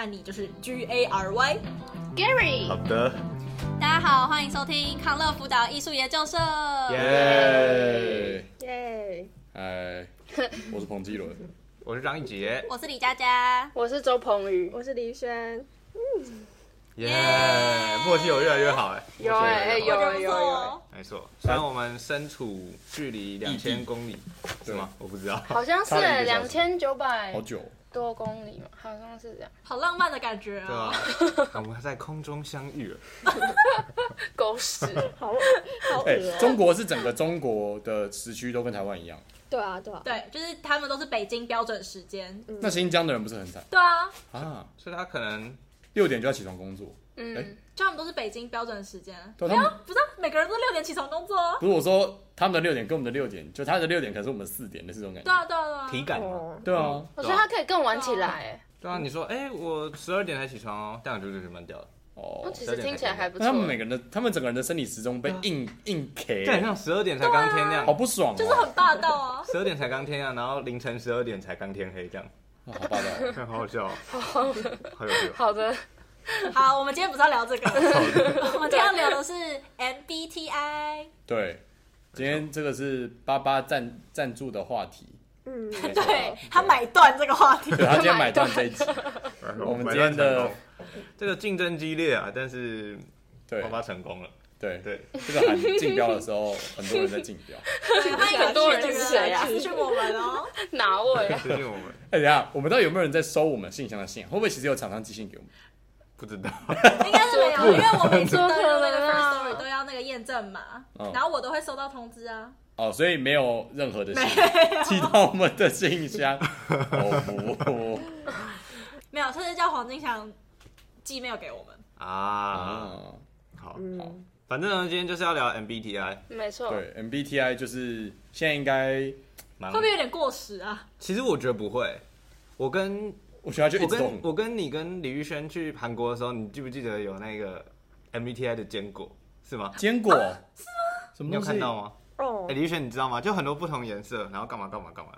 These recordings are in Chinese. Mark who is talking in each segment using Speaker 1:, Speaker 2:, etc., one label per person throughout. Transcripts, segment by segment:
Speaker 1: 那你就是 G A R Y。
Speaker 2: Gary，
Speaker 3: 好的，
Speaker 2: 大家好，欢迎收听康乐辅导艺术研究社。
Speaker 3: 耶！
Speaker 4: 耶！
Speaker 5: 嗨，我是彭基伦。
Speaker 3: 我是张一杰，
Speaker 2: 我是李佳佳，
Speaker 4: 我是周鹏宇，我是李轩，
Speaker 3: 耶！默契有越来越好哎，
Speaker 4: 有哎、
Speaker 3: 默契
Speaker 4: 有
Speaker 2: 我觉得
Speaker 4: 哎、
Speaker 2: 不
Speaker 4: 有
Speaker 2: 错
Speaker 4: 哎、有哎、
Speaker 2: 哦。
Speaker 3: 没错。虽然我们身处距离两千公里，是吗？我不知道。
Speaker 4: 好像是
Speaker 5: 差了一个小
Speaker 4: 两
Speaker 5: 时
Speaker 4: 千九百
Speaker 5: 好久，哦
Speaker 4: 多公里嘛，好像是这样。
Speaker 1: 好浪漫的感觉
Speaker 3: 对
Speaker 1: 哦
Speaker 3: 啊！，我们在空中相遇了。
Speaker 4: 狗屎！
Speaker 6: 好好恶
Speaker 5: 哎、
Speaker 6: 哦、
Speaker 5: 中国是整个中国的时区都跟台湾一样，
Speaker 6: 对啊，对啊，
Speaker 1: 对，就是他们都是北京标准时间。
Speaker 5: 那新疆的人不是很惨
Speaker 1: 对啊，
Speaker 5: 啊？
Speaker 3: 所以他可能
Speaker 5: 六点就要起床工作，
Speaker 4: 嗯，
Speaker 5: 哎
Speaker 1: 就他们都是北京标准时间。
Speaker 5: 对他们
Speaker 1: 不是啊每个人都六点起床工作哦。
Speaker 5: 不是我说他们的六点跟我们的六点，就他们的六点可能是我们的四点的这种感
Speaker 1: 对
Speaker 5: 觉。
Speaker 1: 啊，对啊，对啊。
Speaker 3: 体感嘛。
Speaker 6: 哦，
Speaker 5: 对啊，
Speaker 4: 我觉得他可以更晚起来、哎
Speaker 3: 对啊，你说，哎，我十二点才起床哦，这样就就是蛮屌的。
Speaker 4: 那
Speaker 5: 哦，
Speaker 4: 其实听起来还不
Speaker 5: 那
Speaker 4: 错。
Speaker 5: 他们每个人的，他们整个人的生理时钟被硬硬 K，
Speaker 3: 这很像十二点才刚天亮
Speaker 5: 好，不爽、哦，
Speaker 1: 就是很霸道啊！
Speaker 3: 十二点才刚天亮，然后凌晨十二点才刚天黑，这样，
Speaker 5: 哦好霸道哦、
Speaker 3: 好好笑，好有趣。哦
Speaker 4: 好的，
Speaker 1: 好，我们今天不是要聊这个，我们今天要聊的是 MBTI。
Speaker 5: 对，今天这个是八八赞赞助的话题，
Speaker 6: 嗯，
Speaker 1: 对他买断这个话题，
Speaker 5: 对他今天买断这一集，我们今天的
Speaker 3: 这个竞争激烈啊，但是
Speaker 5: 对
Speaker 3: 花花成功了。
Speaker 5: 对
Speaker 3: 对，
Speaker 5: 这个喊竞标的时候，很多人在竞 标。
Speaker 1: 对欢迎
Speaker 4: 很多人
Speaker 1: 去这个
Speaker 4: 是谁啊
Speaker 1: 私讯我们哦。
Speaker 4: 哪位、啊？
Speaker 3: 最近我们
Speaker 5: 哎、等一下，我们到底有没有人在收我们信箱的信啊？会不会其实有厂商寄信给我们？
Speaker 3: 不知 道，
Speaker 1: 应该是没有，因为我每次都
Speaker 4: 不
Speaker 1: 用
Speaker 4: 可
Speaker 1: 那个
Speaker 4: 能
Speaker 1: First
Speaker 4: 啊
Speaker 1: Story 都要那个验证码
Speaker 5: 嗯，
Speaker 1: 然后我都会收到通知啊。
Speaker 5: 哦，所以没有任何的信寄到我们的信箱。 哦不，
Speaker 1: 没有，甚至叫黄金祥寄 mail 给我们。
Speaker 3: 啊，
Speaker 5: 啊，
Speaker 3: 好，
Speaker 6: 嗯，
Speaker 3: 反正呢，今天就是要聊 MBTI，
Speaker 4: 没错，
Speaker 5: 啊对，MBTI 就是现在应该，
Speaker 3: 蛮
Speaker 5: 嗯
Speaker 1: 会不会有点过时啊？
Speaker 3: 其实我觉得不会，我跟
Speaker 5: 我学校就一
Speaker 3: 我
Speaker 5: 直都很
Speaker 3: 跟我跟你跟李玉轩去韩国的时候，你记不记得有那个 MBTI 的坚果是吗？
Speaker 5: 坚果、是吗？什么
Speaker 3: 啊你有
Speaker 5: 东西？
Speaker 3: 看到吗？哎、
Speaker 5: 嗯
Speaker 6: 哦，
Speaker 3: 李玉轩，你知道吗？就很多不同颜色，然后干嘛干嘛干嘛。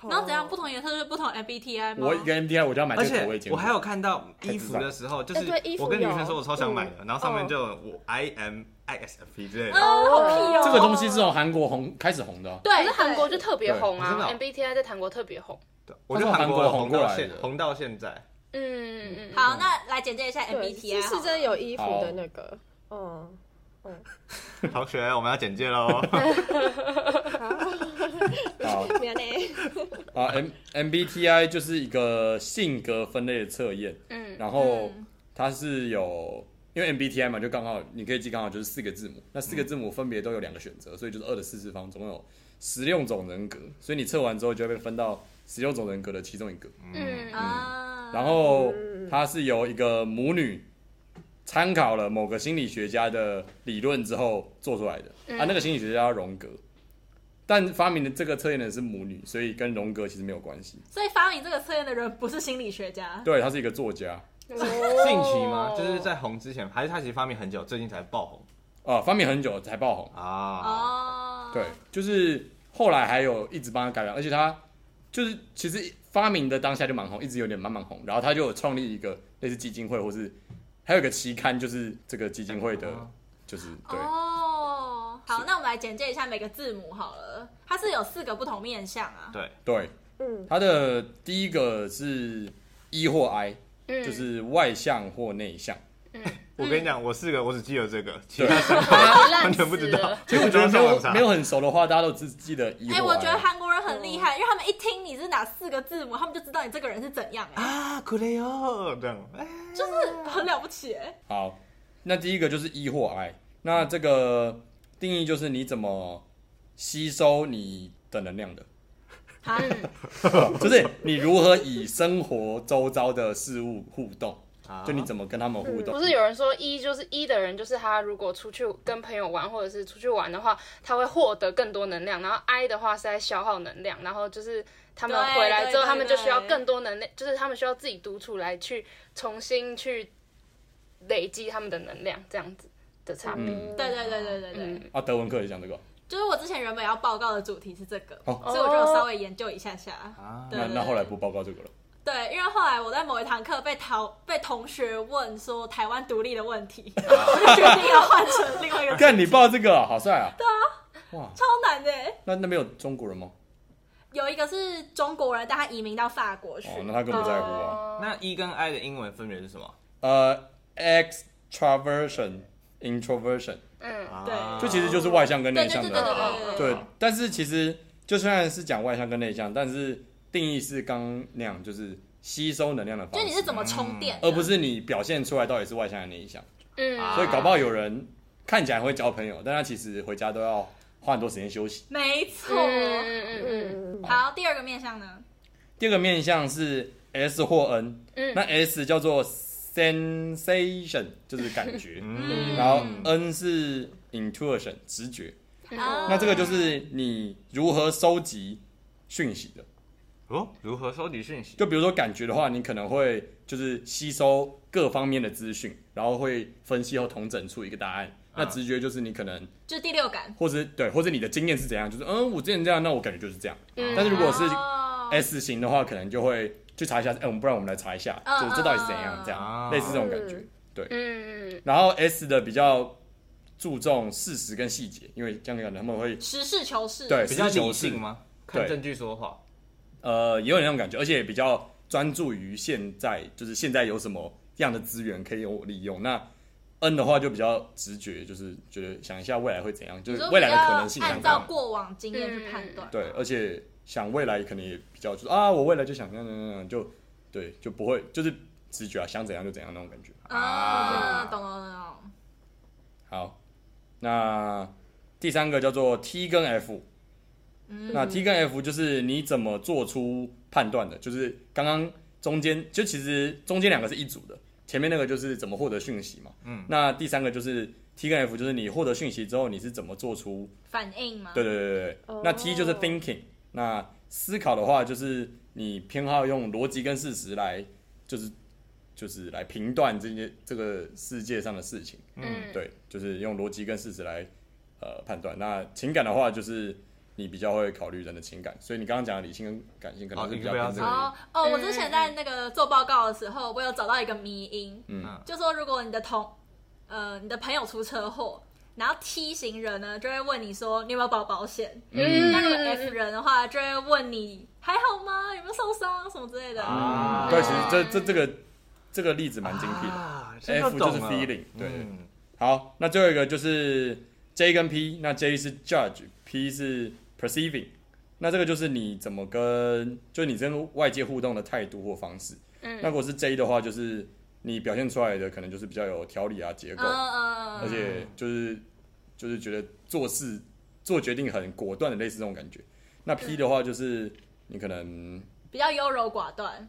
Speaker 6: 好啊
Speaker 1: 然后怎样？不同颜色就是不同 MBTI 吗？
Speaker 5: 我一个 MBTI 我就要买
Speaker 3: 而
Speaker 5: 这个口味
Speaker 3: 且
Speaker 5: 坚果。
Speaker 3: 我还有看到衣服的时候，就是
Speaker 4: 哎对衣服
Speaker 3: 我跟女
Speaker 4: 有
Speaker 3: 生说我超想买的，
Speaker 4: 嗯
Speaker 3: 然后上面就有我 I am ISFP 之类
Speaker 1: 嗯，
Speaker 3: 的。
Speaker 1: 好屁哦。
Speaker 5: 这个东西是从韩国红开始红的哦、
Speaker 1: 对，
Speaker 4: 可是韩国就
Speaker 1: 对
Speaker 4: 特别红
Speaker 3: 对我
Speaker 4: 啊、
Speaker 3: 知道
Speaker 4: m b t i 在韩国特别红。
Speaker 3: 对我觉
Speaker 5: 它
Speaker 3: 得
Speaker 5: 从
Speaker 3: 韩
Speaker 5: 韩国
Speaker 3: 国
Speaker 5: 红
Speaker 3: 红
Speaker 5: 过
Speaker 3: 到
Speaker 5: 来
Speaker 3: 现
Speaker 5: 的
Speaker 3: 红到现在，
Speaker 4: 嗯嗯嗯，
Speaker 1: 好，那来简介一下
Speaker 6: 对，
Speaker 1: MBTI 啊
Speaker 6: 是
Speaker 1: 好了
Speaker 6: 是真的有衣服的那个，
Speaker 5: 哦
Speaker 6: 嗯，
Speaker 3: 同学我们要简介喽。
Speaker 5: 好，
Speaker 6: 没有嘞，
Speaker 5: 啊，M MBTI 就是一个性格分类的测验，
Speaker 4: 嗯
Speaker 5: 然后它是有，因为 MBTI 嘛，就刚好你可以记刚好就是四个字母，那四个字母分别都有两个选择，所以就是二的四次方，总共有十六种人格，所以你测完之后就会被分到十六种人格的其中一个，
Speaker 4: 嗯
Speaker 1: 啊。
Speaker 5: 然后
Speaker 6: 嗯
Speaker 5: 它是由一个母女参考了某个心理学家的理论之后做出来的，
Speaker 4: 嗯
Speaker 5: 啊，那个心理学家叫荣格。但发明的这个测验的是母女，所以跟荣格其实没有关系。
Speaker 1: 所以发明这个测验的人不是心理学家，
Speaker 5: 对，他是一个作家
Speaker 3: 近
Speaker 4: 近
Speaker 3: 期
Speaker 6: 哦
Speaker 3: 吗？就是在红之前，还是他其实发明很久，最近才爆红
Speaker 5: 啊、发明很久才爆红。
Speaker 3: 啊？
Speaker 1: 哦，
Speaker 5: 对，就是后来还有一直帮他改良，而且他就是其实发明的当下就蛮红，一直有点慢慢红。然后他就有创立一个类似基金会，或是还有一个期刊，就是这个基金会的，就是对，
Speaker 1: 哦，好，那我们来简介一下每个字母好了。它是有四个不同面相啊。
Speaker 3: 对，
Speaker 5: 对，
Speaker 6: 嗯，
Speaker 5: 他的第一个是 E 或 I，
Speaker 4: 嗯
Speaker 5: 就是外向或内向。
Speaker 3: 我跟你讲，我四个我只记得这 个，其
Speaker 5: 对
Speaker 3: 他，
Speaker 4: 烂
Speaker 3: 完全
Speaker 4: 死
Speaker 3: 不知道
Speaker 4: 了。。
Speaker 5: 其实我觉
Speaker 3: 都
Speaker 5: 得没
Speaker 3: 要上网
Speaker 5: 有
Speaker 3: 查
Speaker 5: 没有很熟的话，大家都只记得 E
Speaker 1: 哎、
Speaker 5: 或
Speaker 1: 我
Speaker 5: I。
Speaker 1: 觉得韩国人很
Speaker 5: 嗯
Speaker 1: 厉害，因为他们一听你是哪四个字母，他们就知道你这个人是怎样、哎，
Speaker 3: 啊，苦雷哦，这样。哎
Speaker 1: 就是很了不起、 哎
Speaker 5: 好，那第一个就是 E 或 I，那这个定义就是你怎么吸收你的能量的，
Speaker 1: 啊，
Speaker 5: 就是你如何以生活周遭的事物互动，
Speaker 3: 啊
Speaker 5: 就你怎么跟他们互动。
Speaker 4: 不是有人说一就是一的人，就是他如果出去跟朋友玩或者是出去玩的话，他会获得更多能量。然后 I 的话是在消耗能量，然后就是他们
Speaker 1: 对
Speaker 4: 回来之后，
Speaker 1: 对
Speaker 4: 他们就
Speaker 1: 对
Speaker 4: 需要
Speaker 1: 对
Speaker 4: 更多能量，就是他们需要自己独处来去重新去累积他们的能量，这样子的差别。
Speaker 5: 嗯
Speaker 1: 对对对对对对，
Speaker 4: 嗯，
Speaker 5: 啊，德文课也讲这个，
Speaker 1: 就是我之前原本要报告的主题是这个，
Speaker 5: 哦
Speaker 1: 所以我就有稍微研究一下下。
Speaker 3: 啊
Speaker 1: 对
Speaker 5: 那那后来不报告这个了。
Speaker 1: 对，因为后来我在某一堂课被逃被同学问说台湾独立的问 题，我就决定要换
Speaker 6: 哦
Speaker 1: 成另外一个，
Speaker 5: 干你报这个啊好帅啊！对啊，哇，
Speaker 1: 超难的。
Speaker 5: 那那边有中国人吗？
Speaker 1: 有一个是中国人，但他移民到法国去。
Speaker 5: 哦，那他更不在乎啊。
Speaker 1: 哦
Speaker 3: 那 E 跟 I 的英文分别是什么？
Speaker 5: 呃，extraversion、introversion，
Speaker 4: 嗯，
Speaker 3: 啊
Speaker 1: 对
Speaker 5: 就其实就是外向跟
Speaker 1: 对
Speaker 5: 内
Speaker 1: 对
Speaker 5: 向
Speaker 1: 对
Speaker 5: 的。
Speaker 1: 对对对
Speaker 5: 对，但是其实就虽然是讲外向跟内向，但是定义是刚那样，就是吸收能量的
Speaker 1: 就
Speaker 5: 方
Speaker 1: 是你是
Speaker 5: 式，
Speaker 1: 怎么充电的，
Speaker 5: 而不是你表现出来到底是外向还是内向。
Speaker 3: 啊
Speaker 4: 嗯，
Speaker 5: 所以搞不好有人看起来会交朋友，但他其实回家都要花很多时间休息。
Speaker 1: 没错。
Speaker 4: 嗯嗯嗯嗯
Speaker 6: 嗯，
Speaker 1: 好，第二个面向呢？
Speaker 5: 第二个面向是 S 或 N，、
Speaker 4: 嗯
Speaker 5: 那 S 叫做 sensation，就是感觉，
Speaker 3: 嗯
Speaker 5: 然后 N 是 intuition，直觉。
Speaker 1: 啊
Speaker 5: 嗯那这个就是你如何收集讯息的。
Speaker 3: 哦，如何收集讯息？
Speaker 5: 就比如说感觉的话，你可能会就是吸收各方面的资讯，然后会分析后统整出一个答案。那直觉就是你可能，
Speaker 1: 就是第六感。
Speaker 5: 或者对，或者你的经验是怎样，就是嗯，我之前这样，那我感觉就是这样。
Speaker 4: 嗯
Speaker 5: 但是如果是哎
Speaker 1: 哦
Speaker 5: S 型的话，可能就会去查一下，哎、我们不然我们来查一下，
Speaker 1: 嗯
Speaker 5: 就是这到底是怎样，这样、
Speaker 3: 嗯
Speaker 5: 类似这种感觉
Speaker 6: 嗯。
Speaker 4: 嗯嗯，
Speaker 5: 然后 S 的比较注重事实跟细节，因为这样可能他们会
Speaker 1: 实事求是。
Speaker 5: 对
Speaker 3: 比较理
Speaker 5: 是
Speaker 3: 性吗？看
Speaker 5: 对
Speaker 3: 证据说话。
Speaker 5: 呃，也有那种感觉，而且比较专注于现在，就是现在有什么样的资源可以有利用。那 N 的话就比较直觉，就是觉得想一下未来会怎样，就
Speaker 1: 你
Speaker 5: 是
Speaker 1: 说
Speaker 5: 未来的可能性
Speaker 1: 比较
Speaker 5: 想
Speaker 1: 按照
Speaker 5: 法。
Speaker 1: 过往经验去判断。哦
Speaker 5: 对，而且想未来可能也比较就是啊，我未来就想那样那样那样，就对，就不会就是直觉啊，想怎样就怎样那种感觉。
Speaker 1: 啊，懂懂懂懂。
Speaker 5: 好，那第三个叫做 T 跟 F。那 T 跟 F 就是你怎么做出判断的，就是刚刚中间就其实中间两个是一组的，前面那个就是怎么获得讯息嘛，嗯，那第三个就是 T 跟 F 就是你获得讯息之后你是怎么做出，
Speaker 1: 反应吗？
Speaker 5: 对对对对对，那 T 就是 thinking，那思考的话就是你偏好用逻辑跟事实来就是就是来评断这些这个世界上的事情，
Speaker 4: 嗯
Speaker 5: 对，就是用逻辑跟事实来呃判断。那情感的话，就是你比较会考虑人的情感，所以你刚刚讲的理性跟感性可能
Speaker 3: 哦
Speaker 5: 是
Speaker 3: 你
Speaker 5: 比较
Speaker 3: 不要
Speaker 5: 偏这
Speaker 3: 这
Speaker 5: 个。
Speaker 1: 哦哦，我之前在那个做报告的时候，我有找到一个迷因，
Speaker 5: 嗯
Speaker 1: 就说如果你的同呃你的朋友出车祸，然后 T 型人呢就会问你说你有没有保保险，
Speaker 5: 嗯
Speaker 1: 那如果 F 人的话就会问你还好吗，有没有受伤什么之类的。
Speaker 3: 啊
Speaker 5: 对，其实这这这个这个例子蛮精辟的。
Speaker 3: 啊这就
Speaker 5: F
Speaker 3: 懂
Speaker 5: 就是
Speaker 3: 了
Speaker 5: feeling，对
Speaker 3: 嗯
Speaker 5: 好，那最后一个就是 J 跟 P，那 J 是 judge，P 是 perceiving。那这个就是你怎么跟，就是你跟外界互动的态度或方式。
Speaker 4: 嗯
Speaker 5: 那如果是 J 的话，就是你表现出来的可能就是比较有条理啊、结构，
Speaker 1: 嗯
Speaker 4: 哦
Speaker 1: 嗯
Speaker 5: 而
Speaker 1: 嗯，
Speaker 5: 且就是就是觉得做事做决定很果断的，类似这种感觉。那
Speaker 4: 嗯
Speaker 5: P 的话就是你可能，
Speaker 1: 比较优柔寡断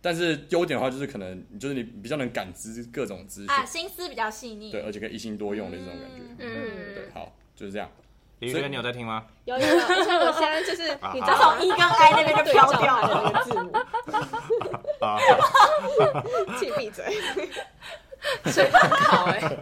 Speaker 5: 但是优点的话就是可能就是你比较能感知各种资讯，
Speaker 1: 啊，心思比较细腻。
Speaker 5: 对，而且可以一心多用的这种感觉。
Speaker 4: 嗯
Speaker 5: 对，好，就是这样。
Speaker 3: 李宇轩，你有在听吗？
Speaker 6: 有有有，而且我现在就是 你知道
Speaker 1: 从 E 跟 I 那边就飘掉了。
Speaker 6: 了那个字母，
Speaker 3: 啊，
Speaker 6: 请闭嘴。
Speaker 4: 好哎，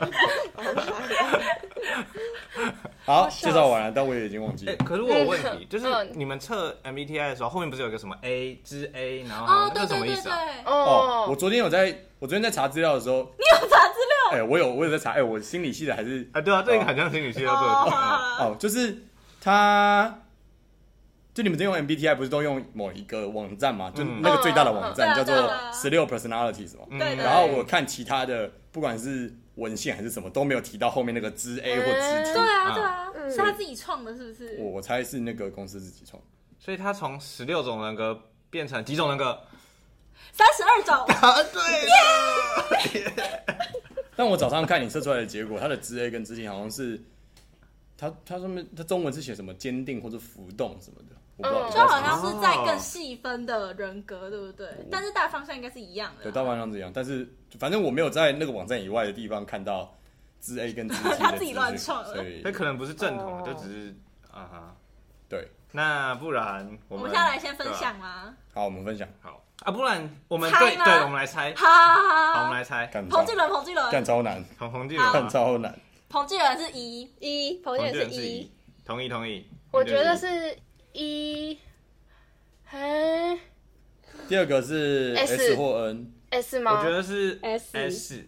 Speaker 5: 好，介绍完了，但我也已经忘记
Speaker 3: 哎
Speaker 5: 了，。
Speaker 3: 可是我有问题，就是
Speaker 4: 嗯
Speaker 3: 你们测 MBTI 的时候，后面不是有一个什么 A 之 A，然后
Speaker 1: 哦，对
Speaker 3: 那是
Speaker 1: 对
Speaker 3: 什么意
Speaker 1: 对
Speaker 3: 思啊？
Speaker 1: 对，
Speaker 5: 哦，我
Speaker 4: 哦，
Speaker 5: 昨天有在，我昨天在查资料的时候，
Speaker 1: 有查资料
Speaker 5: 哎，我有我有在查，哎，我心理系的还是
Speaker 3: 啊，对啊，这个很像心理学要做
Speaker 1: 哦
Speaker 3: 的
Speaker 1: 好
Speaker 3: 事。
Speaker 1: 好好
Speaker 5: 哦，就是他，就你们在用 MBTI 不是都用某一个网站嘛？就
Speaker 3: 嗯
Speaker 5: 那个最大的网
Speaker 1: 嗯
Speaker 5: 站叫做
Speaker 1: 对啊
Speaker 5: 十六 Personalities 嘛。
Speaker 3: 嗯
Speaker 1: 对对
Speaker 5: 然后我看其他的，不管是文献还是什么，都没有提到后面那个知 A 或知 T。
Speaker 1: 对啊
Speaker 3: 嗯
Speaker 1: 对啊，
Speaker 6: 嗯
Speaker 1: 是他自己创的，是不是？
Speaker 5: 我我猜是那个公司自己创。
Speaker 3: 所以他从十六种人格变成几种人格？
Speaker 1: 三十二 种，
Speaker 3: 啊，对，
Speaker 5: 但我早上看你测出来的结果，它的知 A 跟知 T 好像是，它它上面它中文是写什么坚定或者浮动什么的，我不知道。我不知
Speaker 1: 嗯就
Speaker 5: 道
Speaker 1: 好
Speaker 5: 什么
Speaker 1: 像是在
Speaker 3: 啊
Speaker 1: 更细分的人格，对不对？但是大方向应该是一样的
Speaker 5: 对，
Speaker 1: 啦。
Speaker 5: 大方向这样，但是就反正我没有在那个网站以外的地方看到知 A 跟知 T 的
Speaker 1: 他自己
Speaker 5: 资讯
Speaker 1: 乱创了
Speaker 5: 所以
Speaker 3: 那可能不是正统的，
Speaker 6: 哦
Speaker 3: 就只是啊哈。
Speaker 5: 对。
Speaker 3: 那不然我
Speaker 1: 我
Speaker 3: 们
Speaker 1: 们下来先分
Speaker 3: 对吧
Speaker 1: 享吗？
Speaker 5: 好，我们分享。
Speaker 3: 好啊，不然我们
Speaker 1: 猜
Speaker 3: 对
Speaker 1: 吗
Speaker 3: 对，我们来猜，
Speaker 1: 好好
Speaker 3: 好，我
Speaker 1: 好
Speaker 3: 们
Speaker 1: 好，
Speaker 3: 来猜，
Speaker 5: 干超
Speaker 1: 彭俊伦，彭俊
Speaker 5: 干
Speaker 1: 伦，
Speaker 5: 超难，
Speaker 3: 彭彭俊
Speaker 5: 干
Speaker 3: 伦，
Speaker 5: 超难。
Speaker 1: 彭俊伦是一，
Speaker 6: 一，彭
Speaker 3: 彭
Speaker 6: 健
Speaker 3: 俊
Speaker 6: 是
Speaker 3: 伦是
Speaker 6: 一
Speaker 3: 一，，同意同意。
Speaker 4: 我觉得
Speaker 3: 彭俊伦
Speaker 4: 是一，哎，
Speaker 5: 第二个是
Speaker 4: S
Speaker 5: S 或 N，
Speaker 4: S
Speaker 3: 我
Speaker 4: 吗？
Speaker 3: 觉得是
Speaker 6: S
Speaker 3: S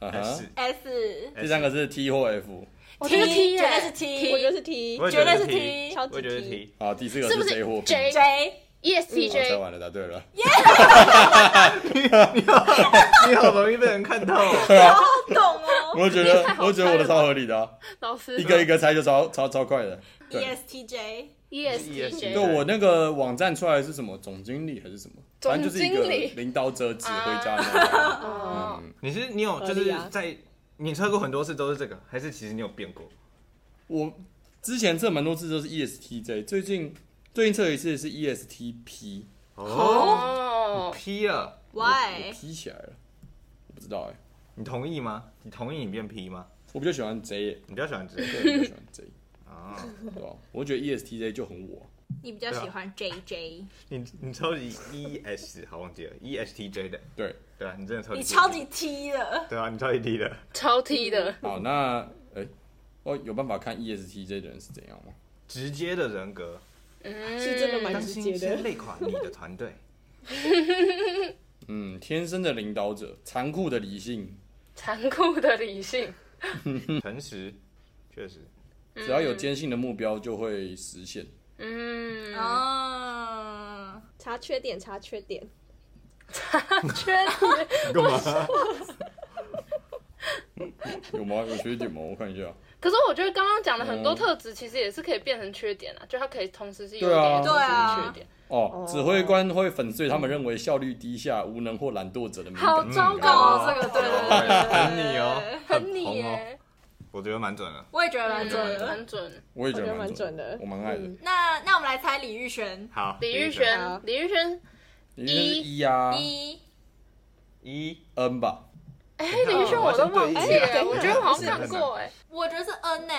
Speaker 5: 啊哈
Speaker 3: S，
Speaker 1: S，
Speaker 5: 第三个是 T 或 F，
Speaker 4: 我觉得 T
Speaker 1: 绝对是
Speaker 4: 耶，
Speaker 6: 我觉
Speaker 1: T，
Speaker 6: 得是 T，
Speaker 3: 我也
Speaker 1: 绝
Speaker 3: 觉
Speaker 1: 对
Speaker 3: 得
Speaker 1: 是
Speaker 3: 是
Speaker 1: T，
Speaker 3: T，
Speaker 6: 超级
Speaker 3: 我觉得
Speaker 6: T
Speaker 3: T，
Speaker 5: 啊，第四个
Speaker 4: 是不是
Speaker 5: J 或 P，
Speaker 4: J？
Speaker 1: J，
Speaker 4: ，yes
Speaker 5: 好猜
Speaker 4: TJ，
Speaker 5: 完了，答对了。
Speaker 3: 你好容易被人看透。
Speaker 5: 对 啊，
Speaker 1: 懂哦。
Speaker 5: 我觉得我觉得我的超合理的啊，
Speaker 4: 老师
Speaker 5: 一个一个猜就超超超快的。
Speaker 1: E
Speaker 5: 对，
Speaker 1: ESTJ，
Speaker 4: yes TJ，
Speaker 5: 对
Speaker 3: ESTJ
Speaker 5: 我那个网站出来是什么总经理还是什么，反正就是一个
Speaker 6: 总经理啊
Speaker 5: 领导者指挥家那种。
Speaker 4: 哦，
Speaker 5: 嗯，
Speaker 3: 你是你有就
Speaker 6: 合理
Speaker 3: 是
Speaker 6: 啊
Speaker 3: 在你测过很多次都是这个，还是其实你有变过？
Speaker 5: 我之前测蛮多次都是 E ESTJ，最近最近测一次是 E ESTP，
Speaker 3: 哦
Speaker 4: 哦，
Speaker 3: ，P 啊了，
Speaker 1: Why？
Speaker 5: P 起来了，我不知道哎，
Speaker 3: 你同意吗？你同意你变 P 吗？
Speaker 5: 我比较喜欢 J，耶
Speaker 3: 你比较喜欢这个
Speaker 5: 对，我比较喜欢 J，
Speaker 3: 啊？
Speaker 5: 对吧？我觉得 E ESTJ 就很我。
Speaker 1: 你比较喜欢 JJ，
Speaker 3: 你你超级 E S 好忘记了 E S T J 的，
Speaker 5: 对，
Speaker 3: 对啊，你真的超级
Speaker 1: 你超级 T 的，
Speaker 3: 对啊，你超级 T 的，
Speaker 4: 超 T 的，
Speaker 5: 好，那哎，哦，有办法看 ESTJ 的人是怎样吗？
Speaker 3: 直接的人格，
Speaker 4: 嗯，
Speaker 6: 是真的蛮
Speaker 3: 当
Speaker 6: 直
Speaker 3: 心
Speaker 6: 接的
Speaker 3: 先累垮你的团队。
Speaker 5: 嗯，天生的领导者，残酷的理性，
Speaker 4: 残酷的理性，
Speaker 3: 诚实，确实，
Speaker 5: 只要
Speaker 6: 嗯
Speaker 5: 有坚信的目标就会实现。
Speaker 4: 嗯，
Speaker 1: 哦，
Speaker 6: 查缺点，查缺点，
Speaker 3: 干嘛？
Speaker 5: 有吗？有缺点吗？我看一下。
Speaker 4: 可是我觉得刚刚讲的很多
Speaker 5: 嗯
Speaker 4: 特质，其实也是可以变成缺点啊，就它可以同时是优
Speaker 5: 对啊
Speaker 4: 点，也同时
Speaker 1: 对啊
Speaker 4: 是缺点。
Speaker 5: 哦，指挥官会粉碎他们认为效率低下、无能或懒惰者的敏
Speaker 4: 好
Speaker 5: 感。
Speaker 4: 糟糕，
Speaker 1: 哦，这个对对
Speaker 4: 嗯
Speaker 1: 对对，
Speaker 3: 嗯很你哦，
Speaker 4: 很你
Speaker 3: 红哦
Speaker 4: 耶，
Speaker 3: 我觉得蛮准的。
Speaker 1: 我也觉得蛮准
Speaker 4: 嗯
Speaker 1: 的。
Speaker 4: 很准。
Speaker 5: 我也觉
Speaker 6: 我觉
Speaker 5: 得
Speaker 6: 得蛮准的
Speaker 5: 我蛮爱的。
Speaker 6: 嗯
Speaker 1: 那那我们来猜李玉璇，
Speaker 3: 好，
Speaker 4: 李玉
Speaker 6: 好
Speaker 4: 璇，李玉璇，
Speaker 5: 你是一啊
Speaker 1: 一
Speaker 3: 一，哦
Speaker 5: N 吧？
Speaker 4: 哎，李玉璇我都忘记
Speaker 3: 哎
Speaker 4: 啊了，我觉得我好像看
Speaker 3: 很
Speaker 4: 过哎，
Speaker 1: 我觉得是 N 呢、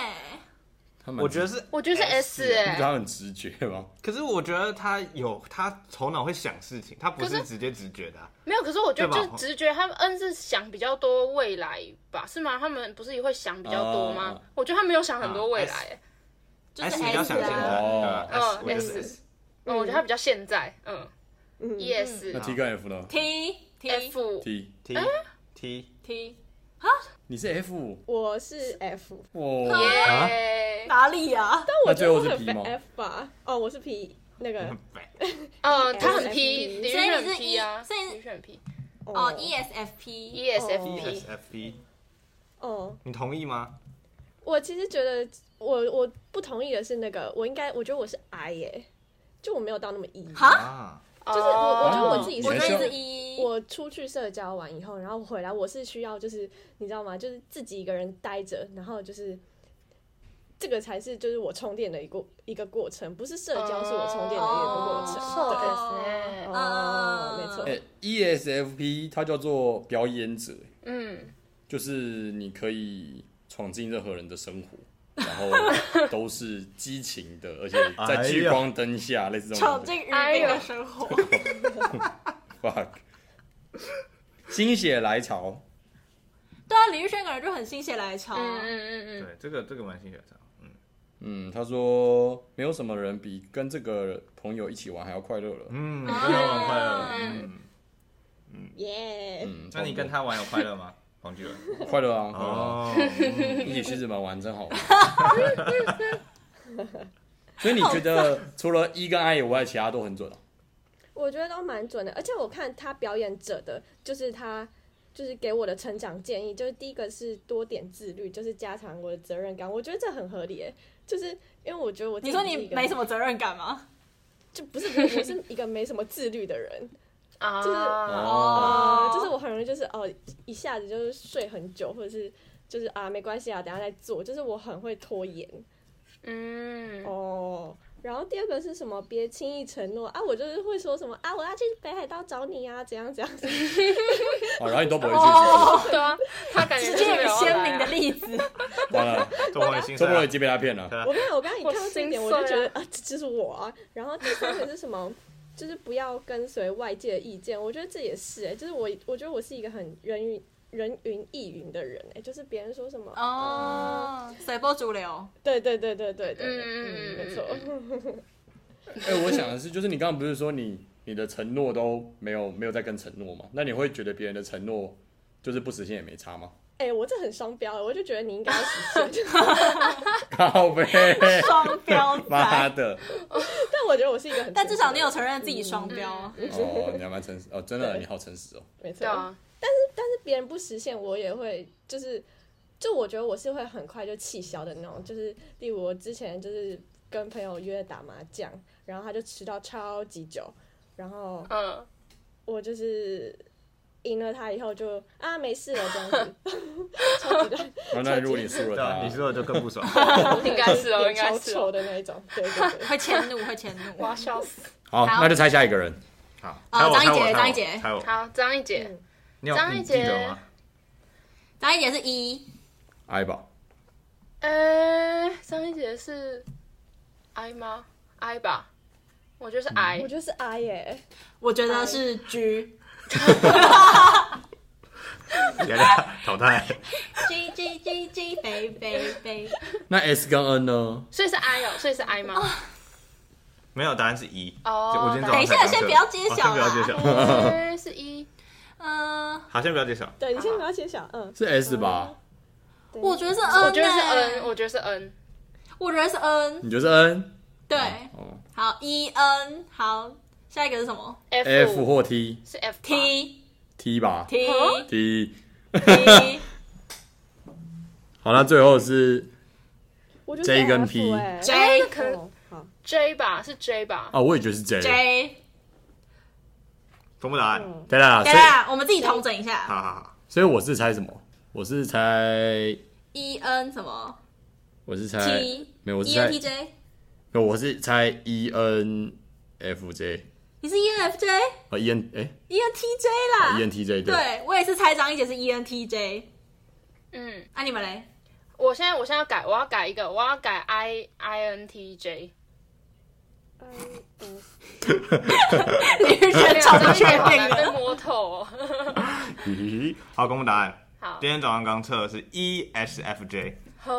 Speaker 5: 他蛮
Speaker 3: 我觉得，是，
Speaker 4: 我觉得是 S
Speaker 5: 你觉得
Speaker 4: 哎，
Speaker 5: 他很直觉吗？
Speaker 3: 可是我觉得他有，他头脑会想事情，他不
Speaker 4: 可
Speaker 3: 是
Speaker 4: 是
Speaker 3: 直接直觉的啊。
Speaker 4: 没有，可是我觉得
Speaker 3: 对
Speaker 4: 就
Speaker 3: 吧
Speaker 4: 是直觉，他们 N 是想比较多未来吧，是吗？他们不是也会想比较多吗
Speaker 5: 啊？
Speaker 4: 我觉得他没有想很多未来
Speaker 3: 啊
Speaker 4: 哎，
Speaker 1: 就是
Speaker 3: S 比较想
Speaker 1: 啊，
Speaker 3: 现在，
Speaker 5: 哦
Speaker 3: 对啊
Speaker 4: 嗯
Speaker 3: ，S 我觉得
Speaker 4: S
Speaker 3: 是 S。
Speaker 4: 嗯，我觉得他比较现在，嗯嗯
Speaker 6: 嗯，
Speaker 4: ，yes
Speaker 5: 那 T 跟 F 呢
Speaker 1: T T
Speaker 4: F
Speaker 5: ？T，
Speaker 3: T T
Speaker 1: T
Speaker 5: 你是 F，
Speaker 6: 我是 F，
Speaker 5: 哇，
Speaker 4: 耶，
Speaker 1: 哪里啊呀、
Speaker 6: 但我觉得我
Speaker 5: 那最后是
Speaker 6: 很
Speaker 5: P 吗
Speaker 6: F 吧，哦，我是 P，那个
Speaker 4: 嗯，他
Speaker 6: 我
Speaker 4: 很
Speaker 6: 是
Speaker 4: P，
Speaker 6: FP
Speaker 4: 李玉
Speaker 1: 所以
Speaker 4: 璇
Speaker 1: 你
Speaker 4: 很
Speaker 1: 是
Speaker 4: P 啊，
Speaker 1: 所以
Speaker 4: 李玉璇很 P，E
Speaker 1: 哦、ESFP，
Speaker 4: S F
Speaker 6: 哦
Speaker 4: P，
Speaker 3: ESFP，
Speaker 6: 哦，
Speaker 3: E 你同意吗？
Speaker 6: 我其实觉得我我不同意的是那个，我应该我觉得我是 I 耶，就我没有到那么 E，
Speaker 1: 哈
Speaker 3: 啊，
Speaker 4: 就
Speaker 6: 就是我我觉得我自
Speaker 5: 哦
Speaker 6: 己
Speaker 5: 你
Speaker 6: 是
Speaker 1: 我
Speaker 5: 还
Speaker 1: 觉
Speaker 5: 是
Speaker 1: 得
Speaker 5: 要
Speaker 1: 你是一，E
Speaker 6: 我出去社交完以后，然后我回来，我是需要就是你知道吗？就是自己一个人待着，然后就是这个才是就是我充电的一个一个过程，不是社交，是我充电的一个过程。
Speaker 1: 哦
Speaker 6: 对
Speaker 4: 对
Speaker 1: 嗯
Speaker 6: 哦，没错，
Speaker 5: 哎，ESFP 它叫做表演者，
Speaker 4: 嗯，
Speaker 5: 就是你可以闯进任何人的生活，然后都是激情的，而且在
Speaker 3: 哎
Speaker 5: 聚光灯下，类似这种
Speaker 1: 闯
Speaker 5: 感觉。
Speaker 1: 进于斌的生活，
Speaker 5: fuck，心血来潮，
Speaker 1: 对啊，李玉轩感觉就很心血来潮、
Speaker 4: 嗯
Speaker 1: 啊，
Speaker 4: 嗯嗯嗯，
Speaker 3: 对，这个这个蛮新血的。嗯，
Speaker 5: 嗯，他说没有什么人比跟这个朋友一起玩还要快乐了。
Speaker 3: 嗯，真的很快乐。
Speaker 4: 啊
Speaker 3: 嗯，
Speaker 6: 耶！
Speaker 5: 嗯，
Speaker 3: 那你跟他玩有快乐吗？黄巨人。
Speaker 5: 快乐啊，快乐啊
Speaker 3: 哦，
Speaker 5: 一起去日本玩真 好玩。所以你觉得除了一跟 I 以外，其他都很准啊？
Speaker 6: 我觉得都蛮准的，而且我看他表演者的，就是他就是给我的成长建议，就是第一个是多点自律，就是加强我的责任感，我觉得这很合理耶，就是因为我觉得我自
Speaker 1: 你
Speaker 6: 己
Speaker 1: 说
Speaker 6: 是
Speaker 1: 你
Speaker 6: 一个
Speaker 1: 没什么责任感吗？
Speaker 6: 就不是不是我是一个没什么自律的人，
Speaker 4: 啊，
Speaker 6: 就是
Speaker 5: 哦，
Speaker 6: 呃，就是我很容易就是哦，一下子就是睡很久，或者是就是啊没关系啊，等一下再做，就是我很会拖延
Speaker 4: 嗯，
Speaker 6: 哦。然后第二个是什么？别轻易承诺啊！我就是会说什么啊，我要去北海道找你啊，怎样怎样。
Speaker 5: 好，哦然后你都不会去是
Speaker 3: 哦
Speaker 4: 对啊，他感觉
Speaker 1: 直
Speaker 4: 就
Speaker 1: 接
Speaker 4: 是没有
Speaker 1: 有
Speaker 4: 要
Speaker 1: 鲜
Speaker 4: 来
Speaker 1: 明的
Speaker 4: 啊
Speaker 1: 例子，
Speaker 5: 不是，完 了，
Speaker 3: 周末的心啊
Speaker 5: 周
Speaker 3: 声
Speaker 5: 末已经被他骗了。
Speaker 6: 我跟你我刚刚一看到这一点，
Speaker 4: 我
Speaker 6: 我
Speaker 4: 心碎啊
Speaker 6: 就觉 得啊，这就是我啊。然后第三个是什么？就是不要跟随外界的意见。我觉得这也是、欸，就是我我觉得我是一个很人云人云亦云的人、欸，就是别人说什么
Speaker 1: 哦，随波逐流，
Speaker 6: 对对对对对对，
Speaker 4: 嗯嗯嗯
Speaker 6: 嗯，没错。
Speaker 5: 哎、我想的是，就是你刚刚不是说你你的承诺都没有没有在跟承诺嘛，那你会觉得别人的承诺就是不实现也没差吗？
Speaker 6: 哎、我这很双标，我就觉得你应该要实 现，就
Speaker 5: 靠 呗，
Speaker 7: 双标
Speaker 5: 妈
Speaker 7: 仔，
Speaker 5: 的，
Speaker 6: 但我觉得我是一个很，
Speaker 7: 但至少你有承认自己双标啊。
Speaker 5: 哦，你还蛮诚实哦，真的
Speaker 6: 对
Speaker 5: 你好诚实哦，
Speaker 6: 没错
Speaker 4: 对，啊，
Speaker 6: 别人不实现，我也会就是，就我觉得我是会很快就气消的那种。就是例如我之前就是跟朋友约打麻将，然后他就迟到超级久，然后
Speaker 4: 嗯，
Speaker 6: 我就是赢了他以后就啊没事了这样子， 超级的，
Speaker 5: 哦那那如果你输了
Speaker 3: 对啊，
Speaker 5: 他，
Speaker 3: 你说的就更不 爽。
Speaker 4: 应该是哦，应
Speaker 6: 脸
Speaker 4: 该
Speaker 6: 超
Speaker 4: 是
Speaker 6: 臭
Speaker 4: 哦，
Speaker 6: 的那一种，对对对。
Speaker 7: 会迁怒，会迁怒。
Speaker 4: 我要笑死。
Speaker 5: 好，
Speaker 1: 好
Speaker 5: 那就猜下一个人，
Speaker 3: 好，
Speaker 1: 呃
Speaker 3: 猜我
Speaker 1: 张一
Speaker 3: 猜我
Speaker 1: 杰
Speaker 3: 猜
Speaker 1: 张
Speaker 3: 我
Speaker 1: 一杰
Speaker 3: 猜我，
Speaker 4: 好，张一姐，
Speaker 6: 嗯
Speaker 3: 你有
Speaker 4: 张一
Speaker 3: 你记得
Speaker 4: 杰
Speaker 3: 吗？
Speaker 1: 张一杰是一，
Speaker 5: 艾宝，
Speaker 4: 哎，张一姐是 I 吗？I 吧，我觉得是 I
Speaker 6: 我。觉得是 I 耶、
Speaker 7: 我觉得是 G
Speaker 3: 原来淘汰，
Speaker 7: G G G G 北北北，
Speaker 5: 那 S 跟 N 呢？
Speaker 4: 所以是 I 哦，所以是 I 吗？
Speaker 3: 没有答案是一。
Speaker 4: 哦
Speaker 3: 就我今天早
Speaker 4: 答
Speaker 3: 上
Speaker 7: 等一下
Speaker 4: 案
Speaker 3: 才
Speaker 7: 先不要揭晓
Speaker 3: 刚测哦先不要揭晓，
Speaker 4: 哎是一，
Speaker 1: 呃，
Speaker 3: 好，先不要揭晓。
Speaker 6: 对你先不要揭晓，嗯，
Speaker 5: 是 S 吧？
Speaker 6: 对
Speaker 1: 我觉得是 N，
Speaker 4: 我觉得是
Speaker 1: 欸
Speaker 4: N，我觉得是 N。
Speaker 1: 我觉得是 N，
Speaker 5: 你觉得是 N？
Speaker 1: 对，
Speaker 5: 哦
Speaker 1: 好一 N，好，下一个是什么
Speaker 5: ，F 或 T，T
Speaker 4: 是 F 吧
Speaker 1: T
Speaker 5: 吧
Speaker 1: T
Speaker 5: 哦，T。
Speaker 1: T，
Speaker 5: 好，那最后是
Speaker 6: 我觉得是
Speaker 5: J 跟
Speaker 6: F
Speaker 5: P
Speaker 6: 哎
Speaker 1: J
Speaker 4: 哎可能
Speaker 6: 哦好，
Speaker 4: J 吧，是 J 吧？
Speaker 5: 啊，我也觉得是 J。
Speaker 1: J，
Speaker 3: 公布答案。
Speaker 6: 嗯
Speaker 5: 对啦，
Speaker 1: 等
Speaker 5: 所
Speaker 1: 一
Speaker 5: 以
Speaker 1: 下，我们自己统整一下
Speaker 3: 好好好，
Speaker 5: 所以我是猜什么？我是猜，
Speaker 1: ，E N 什么
Speaker 5: 我是猜
Speaker 1: T，
Speaker 5: 哎没有，我是
Speaker 1: E
Speaker 5: 猜
Speaker 1: N T，J，
Speaker 5: 没有，我是猜 E N F J
Speaker 1: 你是 E N F J，E
Speaker 5: 啊，E N 哎
Speaker 1: N T J
Speaker 5: ，E
Speaker 1: 啦，
Speaker 5: N T J 对，
Speaker 1: 对我也是猜张一杰是 E N T J，
Speaker 4: 嗯，
Speaker 1: 啊，你们嘞？
Speaker 4: 我现在我现在要改，我要改一个，我要改 I I N T J。
Speaker 7: 你是
Speaker 1: 哎
Speaker 7: 全场都确定
Speaker 4: 被
Speaker 7: 了。
Speaker 4: 摸透哦。
Speaker 5: 咦，
Speaker 3: 好，公布答案。
Speaker 4: 好
Speaker 3: 今，天早上刚测的是 ESFJ。
Speaker 4: 好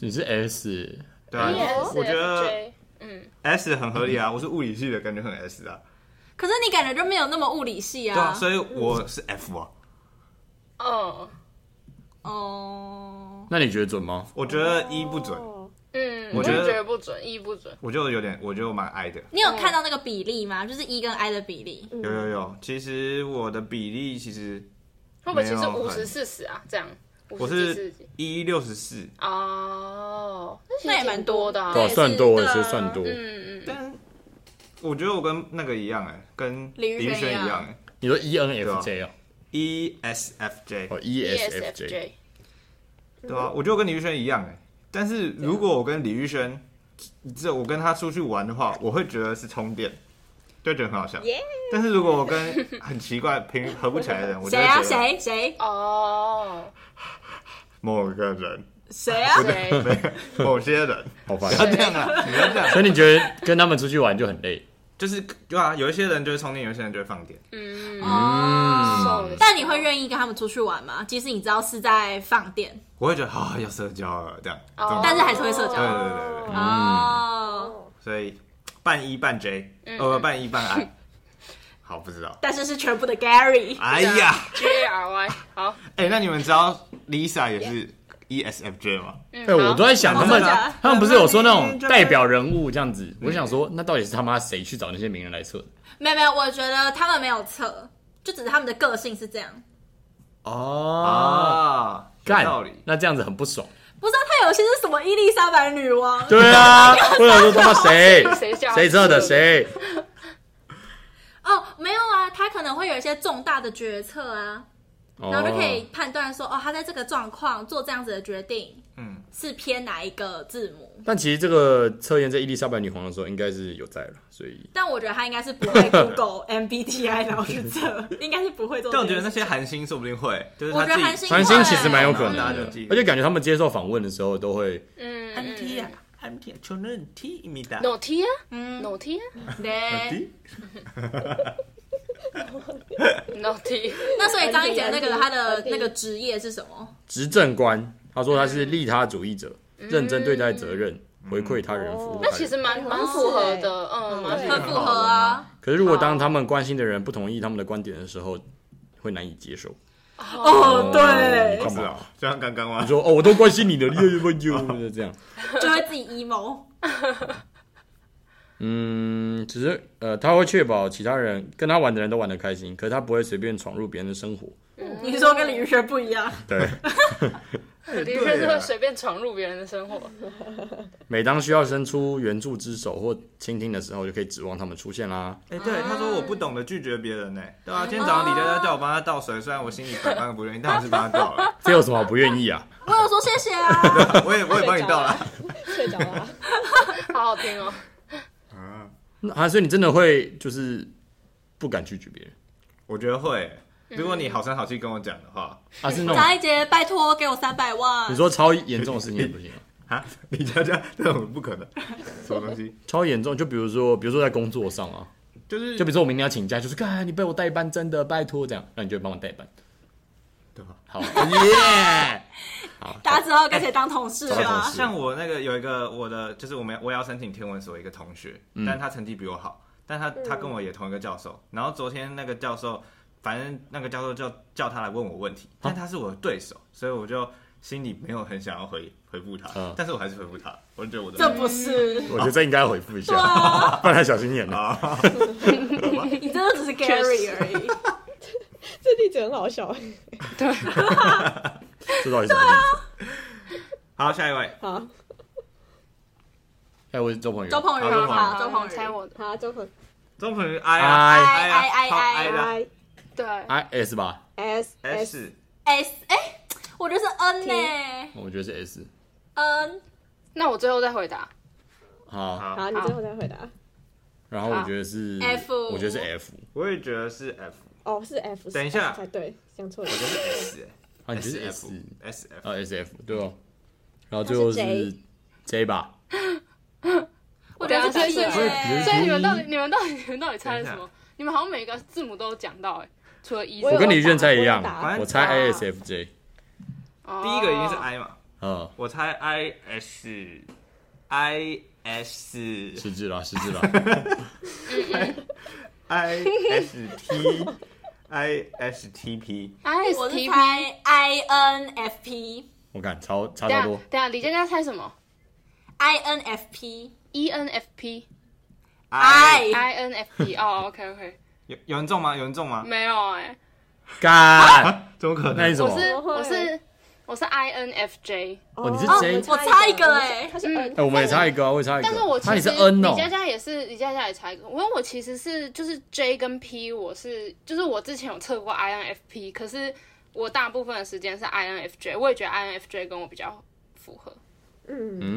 Speaker 5: 你是 S
Speaker 3: 对啊
Speaker 4: ESFJ
Speaker 3: 我觉得
Speaker 4: 嗯，
Speaker 3: S 很合理啊，我是物理系的，感觉很 S 啊。
Speaker 1: 可是你感觉就没有那么物理系
Speaker 3: 对啊，
Speaker 1: 啊，
Speaker 3: 所以我是 F 啊。
Speaker 4: 哦，
Speaker 1: 哦，
Speaker 5: 那你觉得准吗？
Speaker 3: 我觉得一不准，
Speaker 6: 哦
Speaker 4: 嗯，
Speaker 3: 我
Speaker 4: 我
Speaker 3: 觉
Speaker 4: 就
Speaker 3: 得
Speaker 4: 觉得不准，一不准。
Speaker 3: 我就有点，我就蛮矮的。
Speaker 1: 你有看到那个比例吗？就是 E 跟 I 的比例，
Speaker 3: 有有有，其实我的比例其实
Speaker 4: 会不会其
Speaker 3: 没
Speaker 4: 实
Speaker 3: 有很
Speaker 4: 五十四十啊？这样，
Speaker 3: 我
Speaker 4: 五十
Speaker 3: 是
Speaker 4: 四十。
Speaker 3: 一六十四，
Speaker 4: 哦，那其
Speaker 1: 那
Speaker 4: 实
Speaker 1: 也蛮
Speaker 4: 挺多的啊。
Speaker 5: 对啊，
Speaker 1: 也是
Speaker 5: 算多，我也
Speaker 1: 对
Speaker 5: 是
Speaker 1: 啊
Speaker 5: 算多。
Speaker 4: 嗯嗯嗯，
Speaker 3: 但我觉得我跟那个一样哎、跟
Speaker 1: 李宇轩
Speaker 3: 宇轩
Speaker 1: 一
Speaker 3: 一
Speaker 1: 样
Speaker 3: 样哎、
Speaker 5: 你说 E N F J 哦，
Speaker 1: 啊
Speaker 3: E ESFJ，
Speaker 5: 哦 E S F J，
Speaker 4: ESFJ
Speaker 3: 对吧、我觉得我跟李宇轩一样哎、但是如果我跟李宇轩，这我跟他出去玩的话，我会觉得是充电，就觉得很好笑。
Speaker 6: 耶
Speaker 3: 但是如果我跟很奇怪平合不起来 的人，我就
Speaker 1: 谁
Speaker 3: 会
Speaker 1: 啊？
Speaker 3: 觉得
Speaker 1: 谁谁
Speaker 4: 哦，
Speaker 3: 某个人、
Speaker 1: 谁啊？
Speaker 4: 对，
Speaker 3: 某些人，
Speaker 5: 好烦
Speaker 3: 不。 要这样啊，你不要这样。
Speaker 5: 所以你觉得跟他们出去玩就很累？
Speaker 3: 就是对啊，有一些人就会充电，有一些人就会放电。
Speaker 4: 嗯，
Speaker 1: 哦，
Speaker 4: 瘦的
Speaker 1: 但你会愿意跟他们出去玩吗？即使你知道是在放电，
Speaker 3: 我会觉得啊、要社交了这样，这
Speaker 4: 哦
Speaker 3: 种
Speaker 1: 但是还是会社交
Speaker 3: 对对对对对，
Speaker 1: 哦，
Speaker 3: 所以半一半 J，呃，
Speaker 1: 嗯
Speaker 3: 半一半 I，好不知道。
Speaker 1: 但是是全部的 Gary，
Speaker 3: 哎呀，
Speaker 4: J R Y，好，啊
Speaker 3: 哎，那你们知道 Lisa 也是 E ESFJ 吗？
Speaker 4: 嗯，
Speaker 5: 对，哎我
Speaker 4: 好
Speaker 5: 都在想他们
Speaker 3: 真的啊，
Speaker 5: 他们不是有说那种代表人物这样子？我想说，那到底是他妈谁去找那些名人来测的？
Speaker 1: 没有没有，我觉得他们没有测，就只是他们的个性是这样。
Speaker 5: 哦，
Speaker 3: 啊，有
Speaker 5: 干
Speaker 3: 道理，。
Speaker 5: 那这样子很不爽。
Speaker 1: 不知道他有些是什么伊丽莎白女王，
Speaker 5: 对啊， 我想说他妈谁
Speaker 4: 谁叫他
Speaker 5: 谁测的
Speaker 4: 测的
Speaker 5: 谁？
Speaker 1: 哦，没有啊，他可能会有一些重大的决策啊，
Speaker 5: 然
Speaker 1: 然后就可以判断说，哦，他在这个状况做这样子的决定
Speaker 3: 嗯，
Speaker 1: 是偏哪一个字母。
Speaker 5: 但其实这个测验在伊丽莎白女皇的时候应该是有在了，所以
Speaker 1: 但我觉得他应该是不会 Google MBTI 然后去测， 应该是不会做这
Speaker 3: 但
Speaker 1: 件事。
Speaker 3: 我觉得那些韩星说不定会，就是
Speaker 1: 我
Speaker 3: 他
Speaker 1: 觉得韩
Speaker 3: 自
Speaker 1: 星
Speaker 3: 己。
Speaker 5: 繁星其啊实蛮有可
Speaker 3: 然
Speaker 5: 能
Speaker 3: 后大家
Speaker 5: 的
Speaker 3: 就记，得
Speaker 5: 而且感觉他们接受访问的时候都会
Speaker 4: 嗯
Speaker 3: 韩
Speaker 4: 嗯
Speaker 3: 呀，韩天，求能提米达。
Speaker 4: ，No T 啊
Speaker 1: 嗯，
Speaker 4: ，No T 啊
Speaker 1: 对。
Speaker 4: ，No T，
Speaker 1: 那所以张一杰那个
Speaker 6: 安迪
Speaker 1: 他的
Speaker 6: 安迪
Speaker 1: 那个职业是什么？
Speaker 5: 执政官，他说他是利他主义者，认真对待责任，回馈他人，服务
Speaker 4: 那
Speaker 5: 他
Speaker 4: 其
Speaker 5: 人。
Speaker 4: 实蛮蛮符合的，嗯，蛮符
Speaker 1: 很
Speaker 4: 合
Speaker 1: 符合啊。
Speaker 5: 可是如果当他们关心的人不同意他们的观点的时候，会难以接受。
Speaker 1: 哦，对，
Speaker 5: 干
Speaker 3: 是
Speaker 5: 嘛
Speaker 3: 啊？，就像刚刚
Speaker 5: 你
Speaker 3: 吗？
Speaker 5: 说哦，我都关心你的，又又又 就这样。
Speaker 1: 就会自己 emo。
Speaker 5: 嗯，只是呃，他会确保其他人跟他玩的人都玩得开心，可是他不会随便闯入别人的生活。
Speaker 1: 你说跟李宇轩不一样，
Speaker 5: 对，
Speaker 4: 的
Speaker 3: 啊
Speaker 4: 确是会随便闯入别人的生活。
Speaker 5: 每当需要伸出援助之手或倾听的时候，就可以指望他们出现啦。
Speaker 3: 哎、对，他说我不懂得拒绝别人呢、对啊，今天早上李佳佳叫我帮他倒水，虽然我心里百般不愿意，但我是帮他倒 了。
Speaker 5: 这有什么好不愿意啊？
Speaker 1: 我有说谢谢 啊。
Speaker 3: 我也我也帮你倒了。
Speaker 6: 睡 着了啊，
Speaker 4: 好好听哦，
Speaker 3: 啊，
Speaker 5: 那啊，所以你真的会就是不敢拒绝别人
Speaker 3: 我觉得会、如果你好声好气跟我讲的话，
Speaker 5: 啊？是那种
Speaker 1: 贾一杰，拜托给我三百万
Speaker 5: 你。说超严重的事情也不行啊，
Speaker 3: 啊，李佳佳这种不可能，什么东西？
Speaker 5: 超严重就比如说，比如说在工作上啊，
Speaker 3: 就是
Speaker 5: 就比如说我明天要请假，就是看你被我代班，真的拜托这样，那你就帮我代班，
Speaker 3: 对吧？
Speaker 5: 好，耶，好，
Speaker 1: 大家知道跟谁当同事吧
Speaker 5: 哎同？事
Speaker 3: 啊像我那个有一个我的，就是我们我也要申请天文所的一个同学，
Speaker 5: 嗯
Speaker 3: 但他成绩比我好，但他他跟我也同一个教授。然后昨天那个教授，反正那个教授就叫他来问我问题，
Speaker 5: 啊
Speaker 3: 但他是我的对手，所以我就心里没有很想要回回复他
Speaker 5: 嗯，
Speaker 3: 但是我还是回复他，我就觉得我的
Speaker 1: 这不是，
Speaker 5: 我觉得这应该回复一下，不然小心眼啊。
Speaker 1: 你真的只是 Gary 而已。
Speaker 6: 这例子很好笑。
Speaker 5: 这到底什么意思？
Speaker 3: 好，下一位，
Speaker 6: 好，
Speaker 5: 哎，我是周鹏宇，
Speaker 1: 周鹏宇，
Speaker 3: 好周鹏宇
Speaker 1: 好，周鹏宇，
Speaker 4: 猜我的，
Speaker 6: 好，周鹏
Speaker 3: 中鹏宇 I 啊
Speaker 1: 哎
Speaker 5: 哎
Speaker 1: 哎哎
Speaker 3: 啊，好
Speaker 1: 哎
Speaker 3: I 的
Speaker 6: I
Speaker 4: 对，
Speaker 5: 啊 I S 吧，
Speaker 6: S S
Speaker 3: S
Speaker 1: S，哎，我就是 N 呢、
Speaker 5: 我觉得是 S。
Speaker 1: n
Speaker 4: 那我最后再回答，
Speaker 5: 好，
Speaker 3: 好，
Speaker 6: 好，你最后再回答。
Speaker 5: 然后我觉得是
Speaker 1: 好 F
Speaker 5: 我觉得是 F，
Speaker 3: 我也觉得是 F，
Speaker 6: 哦，是 F。
Speaker 3: 等一下
Speaker 6: 才对，讲错了
Speaker 3: 我。觉得是 S，欸
Speaker 5: 啊，你觉得是
Speaker 3: S
Speaker 5: S
Speaker 3: F S F，
Speaker 5: 啊 S F 对哦，然后最后
Speaker 6: 它是
Speaker 5: 是 J 吧，
Speaker 1: 我觉得是 P 哎耶、
Speaker 4: 所以
Speaker 5: 你是
Speaker 4: 所以你们到底、你们到底、你 们到底猜了什
Speaker 3: 等
Speaker 4: 么？你们好像每个字母都有讲到哎、除了一，
Speaker 6: 我有
Speaker 5: 我跟李炫猜一样
Speaker 6: 我有打
Speaker 3: 我，有打
Speaker 5: 我猜 I S F J，
Speaker 3: 第一个一定是
Speaker 4: 哦
Speaker 3: I 嘛，
Speaker 5: 嗯，
Speaker 3: 我猜 I S I S
Speaker 5: 失智了，失 智了，
Speaker 3: I S T I S T P，
Speaker 4: I
Speaker 1: 我
Speaker 4: S
Speaker 1: 是
Speaker 4: T P。
Speaker 1: 猜 I N F P
Speaker 5: 我看超
Speaker 4: 等
Speaker 5: 差
Speaker 4: 一
Speaker 5: 超
Speaker 4: 下
Speaker 5: 多
Speaker 4: 等，一下，李佳佳猜什么
Speaker 1: I N F P
Speaker 4: ？E N F P
Speaker 1: I
Speaker 4: I N F P 哦，OK OK，
Speaker 3: 有有人中吗？有人中吗？
Speaker 4: 没有哎、
Speaker 5: 干，
Speaker 3: 啊怎么可
Speaker 5: 那
Speaker 3: 能？
Speaker 5: 你什
Speaker 4: 我
Speaker 5: 么？
Speaker 4: 是
Speaker 6: 怎么会
Speaker 4: 我是我是 I N F J，
Speaker 5: 哦你是
Speaker 6: 哦
Speaker 5: J
Speaker 6: 我
Speaker 1: 我猜一个哎
Speaker 6: 他是 N，
Speaker 5: 哎，我们也差一个啊，我也差一
Speaker 4: 嗯
Speaker 5: 个，
Speaker 4: 但是我其
Speaker 5: 那你
Speaker 4: 实
Speaker 5: 是 N 哦
Speaker 4: 李，佳佳也是李佳佳也猜过，因为我其实是就是 J 跟 P，我是就是我之前有测过 I N F P，可是我大部分的时间是 I N F J，我也觉得 I N F J 跟我比较符合，
Speaker 6: 嗯，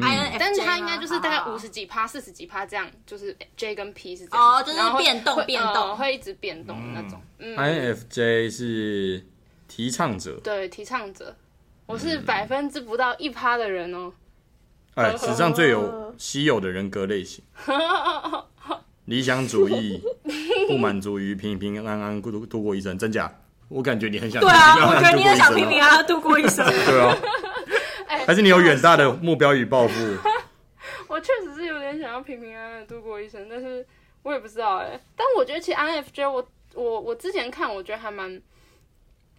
Speaker 5: 嗯
Speaker 1: I N F J，
Speaker 4: 但是它应该就是大概
Speaker 1: 吗
Speaker 4: 五十。几趴、四十几趴这样，就是 J 跟 P 是这样，
Speaker 1: 哦就是
Speaker 4: 然后会
Speaker 1: 变动
Speaker 4: 会
Speaker 1: 变
Speaker 4: 呃
Speaker 1: 动
Speaker 4: 会一直变动的那种，嗯，
Speaker 5: I N F J 是提倡者，
Speaker 4: 对，提倡者，我是
Speaker 5: 嗯
Speaker 4: 百分之不到一趴的人哦。
Speaker 5: 哎，史上最有稀有的人格类型，理想主义，不满足于平平安安度度过一生，真假？我感觉你很想
Speaker 1: 对啊，
Speaker 5: 平平安
Speaker 1: 我
Speaker 5: 安
Speaker 1: 觉得你也想
Speaker 5: 度过一
Speaker 1: 平
Speaker 5: 生
Speaker 1: 平安安度过一生。
Speaker 5: 对啊，还是你有远大的目标与抱负？
Speaker 4: 我确实是有点想要平平安安的度过一生，但是我也不知道哎、但我觉得其实 INFJ 我我我之前看，我觉得还蛮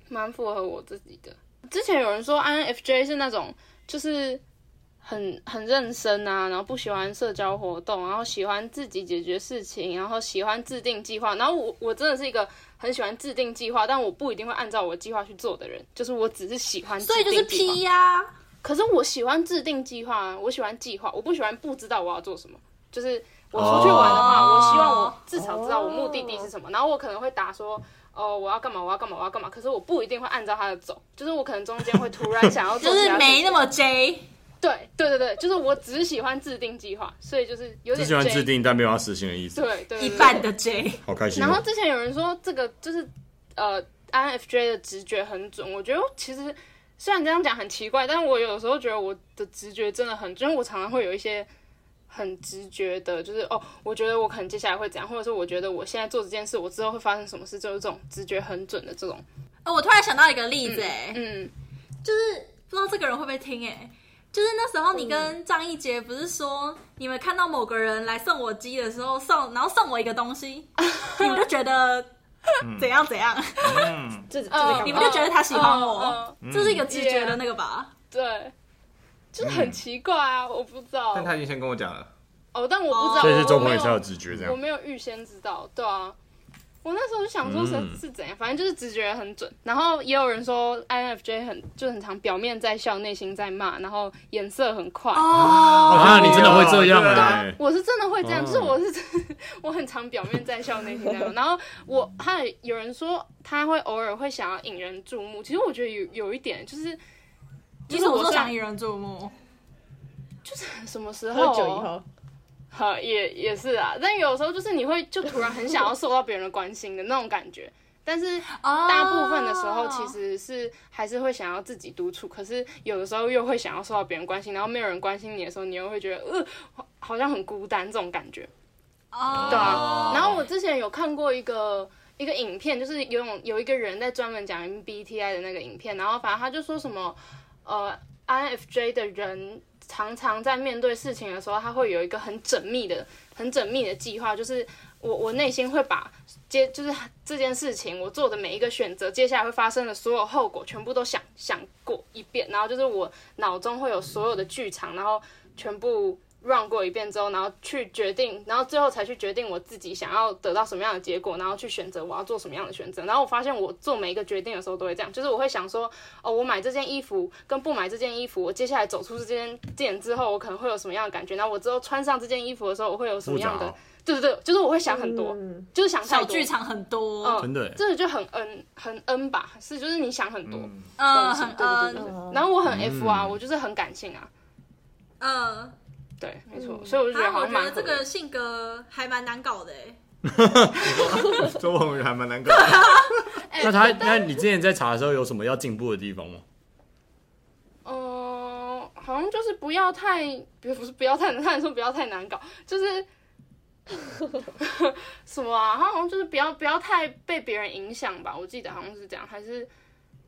Speaker 4: 蛮符合我自己的。之前有人说 INFJ 是那种就是很很认真啊，然后不喜欢社交活动，然后喜欢自己解决事情，然后喜欢制定计划。然后我我真的是一个很喜欢制定计划，但我不一定会按照我计划去做的人，就是我只是喜欢制
Speaker 1: 所以
Speaker 4: 定计划。
Speaker 1: 就是 P 呀、
Speaker 4: 可是我喜欢制定计划啊，我喜欢计划，我不喜欢不知道我要做什么。就是我出去玩的话
Speaker 1: 哦
Speaker 4: 我希望我至少知道我目的地是什么然后我可能会打说，哦，我要干嘛，我要干嘛，我要干嘛。可是我不一定会按照他的走，就是我可能中间会突然想要做
Speaker 1: 就
Speaker 4: 其
Speaker 1: 是
Speaker 4: 他事情，
Speaker 1: 没那么 J。
Speaker 4: 对对对对，就是我只喜欢制定计划，所以就是有
Speaker 5: 只
Speaker 4: 点
Speaker 5: 喜欢
Speaker 4: J
Speaker 5: 制，定但没有要实行的意思，
Speaker 4: 对对
Speaker 1: 一
Speaker 4: 对
Speaker 1: 半的 J，
Speaker 5: 好开心
Speaker 4: 然
Speaker 5: 哦
Speaker 4: 后！之前有人说这个就是呃 INFJ 的直觉很准，我觉得其实虽然这样讲很奇怪，但我有时候觉得我的直觉真的很准，因为我常常会有一些很直觉的，就是哦，我觉得我可能接下来会怎样，或者是我觉得我现在做这件事，我之后会发生什么事，就是这种直觉很准的这种。
Speaker 1: 哦，我突然想到一个例子、哎、
Speaker 4: 嗯，
Speaker 1: 就是不知道这个人会不会听哎、就是那时候你
Speaker 4: 嗯
Speaker 1: 跟张一杰不是说，你们看到某个人来送我鸡的时候送，然后送我一个东 西，你们就觉得
Speaker 3: 嗯
Speaker 1: 怎样怎样，
Speaker 3: 嗯，
Speaker 6: 这这个
Speaker 4: 嗯
Speaker 6: 干
Speaker 1: 哦你
Speaker 6: 嘛
Speaker 1: 们就觉得他喜欢我
Speaker 4: 嗯嗯
Speaker 3: 嗯
Speaker 1: 这是一个直觉的那个吧？
Speaker 4: 对，就是
Speaker 5: 嗯
Speaker 4: 很奇怪啊，我不知道。
Speaker 3: 但他已经先跟我讲了，
Speaker 4: 哦，但我不知
Speaker 1: 所
Speaker 4: 道，
Speaker 5: 所以是
Speaker 4: 我
Speaker 5: 周
Speaker 4: 我没
Speaker 5: 鹏宇
Speaker 4: 有
Speaker 5: 才有直觉这
Speaker 4: 我
Speaker 5: 样。
Speaker 4: 没有预先知道，对啊。我那时候就想说
Speaker 5: 嗯
Speaker 4: 是是怎样，反正就是直觉很准。然后也有人说 INFJ 很就很常表面在笑，内心在骂，然后颜色很快。
Speaker 1: 哦，
Speaker 5: 啊，你真的会这样
Speaker 3: 对啊
Speaker 5: 哎？
Speaker 4: 我是真的会这样，
Speaker 5: 哦
Speaker 4: 就是我是真 我很常表面在笑，内心在骂。然后我还有有人说他会偶尔会想要引人注目，其实我觉得有有一点就是
Speaker 1: 你
Speaker 4: 就
Speaker 1: 什么时
Speaker 4: 是我
Speaker 1: 候
Speaker 4: 是
Speaker 1: 想引人注目？
Speaker 4: 什么时候
Speaker 6: 喝酒以后，
Speaker 4: 好，也也是啊，但有时候就是你会就突然很想要受到别人的关心的那种感觉，但是
Speaker 1: 哦
Speaker 4: 大部分的时候其实是还是会想要自己独处，可是有的时候又会想要受到别人关心，然后没有人关心你的时候，你又会觉得呃好好像很孤单这种感觉。
Speaker 1: 哦，
Speaker 4: 对啊，然后我之前有看过一个一个影片，就是有种有一个人在专门讲 MBTI 的那个影片，然后反正他就说什么，呃，INFJ 的人常常在面对事情的时候，他会有一个很缜密的、很缜密的计划，就是我我内心会把接就是这件事情我做的每一个选择，接下来会发生的所有后果，全部都想想过一遍，然后就是我脑中会有所有的剧场，然后全部 run 过一遍之后，然后去决定，然后最后才去决定我自己想要得到什么样的结果，然后去选择我要做什么样的选择。然后我发现我做每一个决定的时候都会这样，就是我会想说，哦，我买这件衣服跟不买这件衣服，我接下来走出这间店之后，我可能会有什么样的感觉？然后我之后穿上这件衣服的时候，我会有什么样
Speaker 5: 复
Speaker 4: 的
Speaker 5: 杂？哦
Speaker 4: 对对对，就是我会想很多，
Speaker 6: 嗯
Speaker 4: 就是想太
Speaker 1: 小
Speaker 4: 多
Speaker 1: 剧，场很多，
Speaker 4: 嗯，
Speaker 5: 真的欸
Speaker 4: 这个就很 N 很 N 吧，是就是你想很多。
Speaker 3: 嗯，
Speaker 1: 嗯，
Speaker 4: 东西
Speaker 1: 很
Speaker 4: 对对对
Speaker 1: 嗯
Speaker 4: 对
Speaker 6: 嗯
Speaker 4: 对。然后我很 F 啊，
Speaker 5: 嗯
Speaker 4: 我就是很感性啊，
Speaker 1: 嗯。
Speaker 4: 对，没
Speaker 6: 嗯
Speaker 4: 错，所以我就觉得
Speaker 1: 啊，
Speaker 4: 好
Speaker 1: 我
Speaker 4: 像
Speaker 1: 觉
Speaker 4: 蛮
Speaker 1: 得
Speaker 4: 合
Speaker 1: 这
Speaker 4: 的
Speaker 1: 个性格还蛮难搞的哎。
Speaker 3: 周鹏宇还蛮难搞的，
Speaker 5: 那他那你之前在查的时候有什么要进步的地方吗？
Speaker 4: 呃，好像就是不要太，不是不是不要太，他说不要太难搞，就是什么啊，他好像就是不要不要太被别人影响吧，我记得好像是这样，还是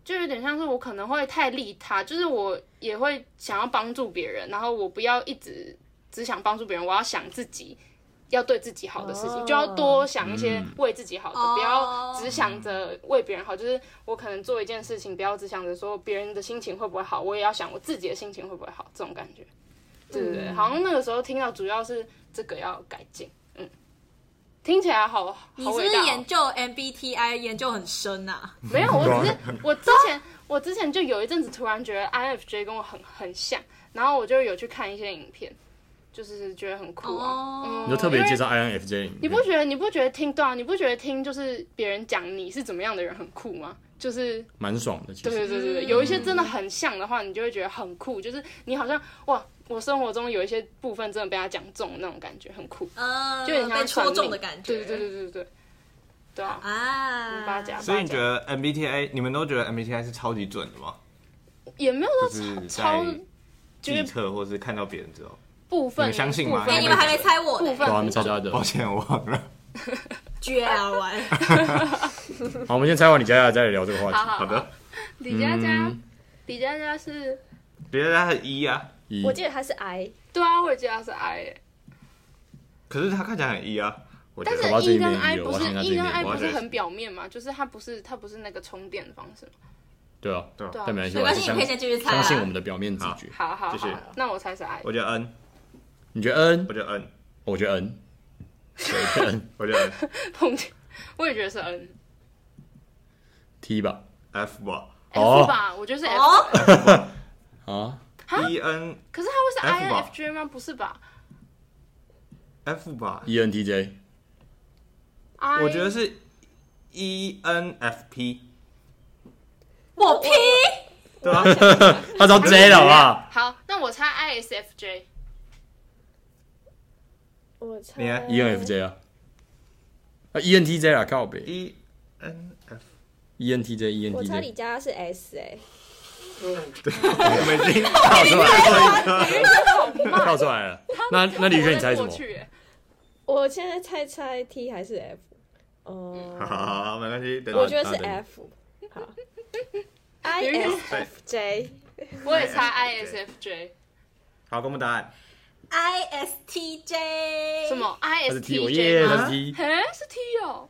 Speaker 4: 就有点像是我可能会太利他，就是我也会想要帮助别人，然后我不要一直只想帮助别人，我要想自己。要对自己好的事情
Speaker 6: 哦
Speaker 4: 就要多想一些
Speaker 5: 嗯
Speaker 4: 为自己好的，
Speaker 1: 哦
Speaker 4: 不要只想着为别人好。就是我可能做一件事情，不要只想着说别人的心情会不会好，我也要想我自己的心情会不会好，这种感觉。对对
Speaker 1: 嗯
Speaker 4: 对，好像那个时候听到主要是这个要改进，嗯，听起来好好
Speaker 1: 你是不
Speaker 4: 伟
Speaker 1: 是
Speaker 4: 大哦、
Speaker 1: 研究 MBTI 研究很深啊？
Speaker 4: 没有，我 只是我之前我之前就有一阵子突然觉得 INFJ 跟我很很像，然后我就有去看一些影片，就是觉得很酷啊。
Speaker 1: 哦
Speaker 5: 你就特别介
Speaker 4: 因为
Speaker 5: 绍 INFJ，
Speaker 4: 你不觉得你不觉得听对啊？你不觉得听就是别人讲你是怎么样的人很酷吗？就是
Speaker 5: 蛮爽的，其
Speaker 4: 对对
Speaker 5: 实
Speaker 4: 对对对，有一些真的很像的话，你就会觉得很酷，就是你好像哇，我生活中有一些部分真的被他讲中那种感觉，很酷，
Speaker 1: 嗯，
Speaker 4: 就有点像
Speaker 1: 被戳
Speaker 4: 算
Speaker 1: 中
Speaker 4: 命
Speaker 1: 的感觉。
Speaker 4: 对对对对对对，对啊，
Speaker 1: 啊，
Speaker 4: 八甲，
Speaker 3: 所以你
Speaker 4: 八
Speaker 3: 觉
Speaker 4: 甲
Speaker 3: 得 MBTI 你们都觉得 MBTI 是超级准的吗？
Speaker 4: 也没有到
Speaker 3: 就是
Speaker 4: 超
Speaker 3: 在
Speaker 4: 就是
Speaker 3: 预测或是看到别人之后，
Speaker 4: 部分
Speaker 3: 你们相信吗嗯
Speaker 4: 部分
Speaker 1: 哎，你们还没猜我
Speaker 4: 部
Speaker 1: 呢
Speaker 4: 分
Speaker 5: 对啊，我们猜到的。
Speaker 3: 抱歉我忘了。
Speaker 1: ，G L Y。
Speaker 5: 好，我们先猜完李佳佳再来聊这个话
Speaker 4: 好
Speaker 5: 题。
Speaker 4: 好
Speaker 3: 好，的，
Speaker 4: 李佳佳，李佳佳是
Speaker 3: 别人他很 E 啊，
Speaker 5: 一
Speaker 6: 我记得他是 I，
Speaker 4: 对啊，我也记得他是 I，耶
Speaker 3: 可是他看起来很 E 啊，我觉
Speaker 4: 但
Speaker 3: 得
Speaker 4: 是
Speaker 5: 搞不好这
Speaker 4: E
Speaker 5: 一边
Speaker 4: 跟 I
Speaker 5: 有
Speaker 4: 不
Speaker 5: 我
Speaker 4: 是
Speaker 5: 想一下这
Speaker 4: E
Speaker 5: 一
Speaker 4: 跟
Speaker 5: 边
Speaker 4: I
Speaker 5: 啊我
Speaker 4: 不
Speaker 5: 要
Speaker 4: 是
Speaker 5: 再
Speaker 4: 很表面嘛，就是它不是它不是那个充电的方式嘛，
Speaker 5: 对啊，
Speaker 3: 对啊
Speaker 4: 对啊
Speaker 5: 但没关系，
Speaker 1: 没
Speaker 5: 我还
Speaker 1: 关系，
Speaker 5: 是
Speaker 1: 你
Speaker 5: 相
Speaker 1: 可以先继续猜啊。
Speaker 5: 相信我们的表面直觉。
Speaker 4: 好好
Speaker 3: 就是
Speaker 4: 好，那我猜是 I，
Speaker 3: 我觉得 N，
Speaker 5: 你觉得 N？
Speaker 3: 我觉得 N，
Speaker 5: 我觉得 N。我觉得 N
Speaker 3: 我觉得 N
Speaker 4: 碰见，我也觉得是 N。
Speaker 5: T 吧。
Speaker 3: F 吧
Speaker 4: F 吧，我觉得是 F，、
Speaker 1: 哦
Speaker 5: 啊，
Speaker 3: ，E N
Speaker 4: 可是他会是
Speaker 3: F 吧
Speaker 4: INFJ 吗？不是吧
Speaker 3: F 吧，
Speaker 5: E ENTJ，
Speaker 4: ？I
Speaker 3: 我觉得是 E N F P，
Speaker 1: 我 P，
Speaker 3: 对吧？
Speaker 5: 他找 J 了好不好？
Speaker 4: 好，那我猜 ISFJ，
Speaker 6: 我
Speaker 3: 你
Speaker 6: 猜
Speaker 3: 呢
Speaker 5: ENFJ 啊，啊 ENTJ 啊，靠北 E
Speaker 3: E N F，
Speaker 5: ENTJ
Speaker 6: 我猜李
Speaker 5: ENTJ，
Speaker 6: 佳是 S 哎，
Speaker 3: 我们已经，
Speaker 5: 跳出来了，跳出来了。那那李宇轩你猜什么
Speaker 4: 我？去耶
Speaker 6: 我现在猜猜 T 还是 F？哦
Speaker 3: 嗯好好好，没关系，等
Speaker 6: 我觉得是
Speaker 5: 大家
Speaker 6: F。好，I
Speaker 4: 有一点
Speaker 6: S F J，
Speaker 4: 我也猜 ISFJ，
Speaker 3: 好，公布答案。
Speaker 1: ISTJ
Speaker 4: 什？么
Speaker 5: 他
Speaker 4: ISTJ
Speaker 5: 是 T，我耶，
Speaker 4: 吗
Speaker 5: 他是 T
Speaker 4: 嘿，是 T 哦，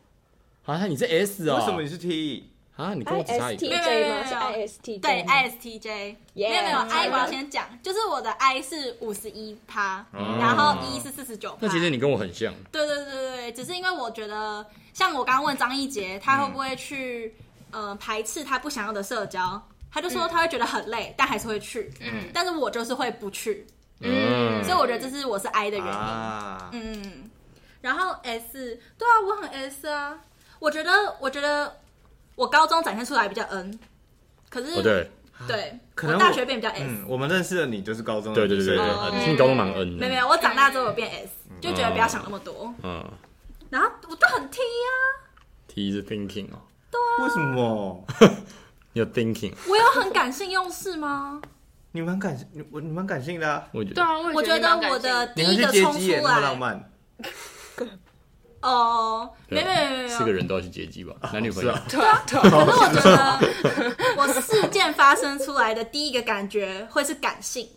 Speaker 5: 啊，你是 S 哦？
Speaker 3: 为什么你是 T？E？
Speaker 5: 啊？你
Speaker 6: 哎
Speaker 5: 跟我只差一个
Speaker 6: ISTJ 吗？
Speaker 1: 没有没有没有
Speaker 6: 是 ISTJ
Speaker 1: 对
Speaker 6: 吗
Speaker 1: ISTJ，没有
Speaker 6: Yeah
Speaker 1: 没有 I 我要先讲，就是我的 I 是五十一趴，然后 E 是四十九趴
Speaker 5: 哦那。其实你跟我很像，
Speaker 1: 对对对对对，只是因为我觉得，像我刚刚问张一杰，他会不
Speaker 5: 嗯
Speaker 1: 会去、呃排斥他不想要的社交，他就
Speaker 5: 嗯
Speaker 1: 说他会觉得很累，但还是会去。嗯，但是我就是会不去，
Speaker 5: 嗯，
Speaker 1: 所以我觉得这是我是 I 的原因。
Speaker 3: 啊，
Speaker 1: 嗯，然后 S，对啊，我很 S 啊，我觉得我觉得我高中展现出来比较 N，可是、
Speaker 5: 哦对
Speaker 4: 啊
Speaker 1: 对
Speaker 3: 可能
Speaker 1: 我大学变比较 S，、
Speaker 3: 嗯，我们认识的你就是高中的
Speaker 5: 对对对对对，
Speaker 1: 哦
Speaker 5: 嗯你跟我蛮恩
Speaker 1: 没有没
Speaker 5: 的，
Speaker 1: 有，我长大之后有变 S，、就
Speaker 3: 嗯
Speaker 1: 觉得不要想那么多，
Speaker 5: 嗯
Speaker 1: 然后我就很 T 啊，
Speaker 5: ，T 是 thinking 哦，
Speaker 3: 为什么？
Speaker 5: 你有 thinking，
Speaker 1: 我有很感性用事吗？
Speaker 3: 你蛮感性，你我你蛮感性的啊。
Speaker 5: 我觉
Speaker 4: 对
Speaker 5: 得
Speaker 4: 啊，我
Speaker 1: 我
Speaker 4: 也
Speaker 1: 觉
Speaker 4: 觉得
Speaker 1: 得
Speaker 4: 你蛮
Speaker 1: 我的
Speaker 4: 感性
Speaker 1: 第
Speaker 3: 你还
Speaker 1: 一
Speaker 3: 去
Speaker 1: 个
Speaker 3: 接
Speaker 1: 冲
Speaker 3: 机耶，
Speaker 1: 出
Speaker 3: 那么浪
Speaker 1: 来
Speaker 3: 漫。
Speaker 1: 哦，没
Speaker 5: 对啊
Speaker 1: 有没有没有
Speaker 5: 四
Speaker 1: 没
Speaker 5: 个
Speaker 1: 有，
Speaker 5: 人都要去接机吧，男女朋友
Speaker 3: 是啊
Speaker 1: 可是我觉得我事件发生出来的第一个感觉会是感性，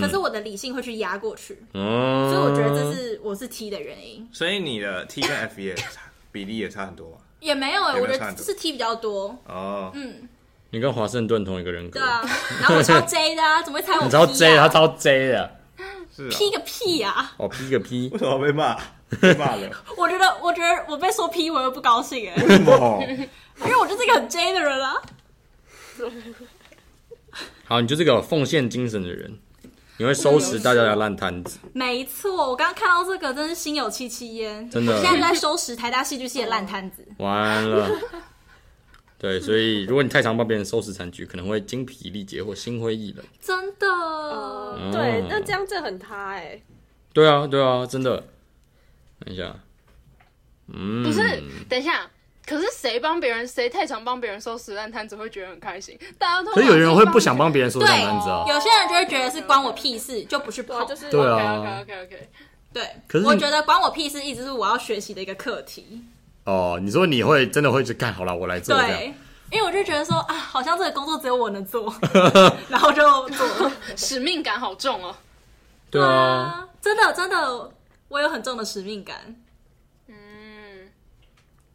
Speaker 1: 可是我的理性会去压过去，
Speaker 5: 嗯，
Speaker 1: 所以我觉得这是我是 T 的原因。
Speaker 3: 所以你的 T 跟 F 也 差比例也差很多嘛。
Speaker 1: 也没有哎、
Speaker 3: 也没有
Speaker 1: 我觉
Speaker 3: 差很
Speaker 1: 得
Speaker 3: 多
Speaker 1: 是 T 比较多，
Speaker 3: 哦，
Speaker 1: 嗯，
Speaker 5: 你跟华盛顿同一个人格
Speaker 1: 对，啊。然后我超 J 的啊，怎么会猜我、P 啊？
Speaker 5: 你超 J，他超 J 的，
Speaker 3: 是
Speaker 1: P
Speaker 3: 啊。
Speaker 1: 个屁啊！
Speaker 5: 哦 P 个 P，
Speaker 3: 为什么要被 骂？被骂了？
Speaker 1: 我觉得，我觉得我被说 P，我又不高兴哎、
Speaker 3: 为 什么？
Speaker 1: 因为我就是一个很 J 的人啊。
Speaker 5: 好，你就是个有奉献精神的人，你会收拾大家的烂摊子，
Speaker 1: 没错，我刚刚看到这个，真是心有戚戚焉。
Speaker 5: 真的
Speaker 1: 我现在就在收拾台大戏剧系的烂摊子。
Speaker 5: 完 了。对，所以如果你太常帮别人收拾残局，可能会精疲力竭或心灰意冷。
Speaker 1: 真的，
Speaker 6: 呃对，
Speaker 5: 哦
Speaker 6: 那这样这很他哎，
Speaker 5: 对啊，对啊，真的。等一下，嗯，
Speaker 4: 不是，等一下。可是谁帮别人，谁太常帮别人收拾烂摊子，会觉得很开心。大家都，
Speaker 5: 可是有人会不想帮别人收拾烂摊子啊
Speaker 4: 哦。
Speaker 1: 有些人就会觉得是关我屁事，就不去
Speaker 6: 对啊，
Speaker 1: 碰。
Speaker 6: 就是
Speaker 5: 对啊
Speaker 4: OK OK OK，
Speaker 1: 对，
Speaker 5: 可是你
Speaker 1: 我觉得关我屁事一直是我要学习的一个课题。
Speaker 5: 哦，你说你会真的会去干好了，我来做这样
Speaker 1: 对。，因为我就觉得说啊，好像这个工作只有我能 做，然后就做了。
Speaker 4: 使命感好重哦。
Speaker 5: 对啊，
Speaker 1: 啊，真的真的，我有很重的使命感。
Speaker 4: 嗯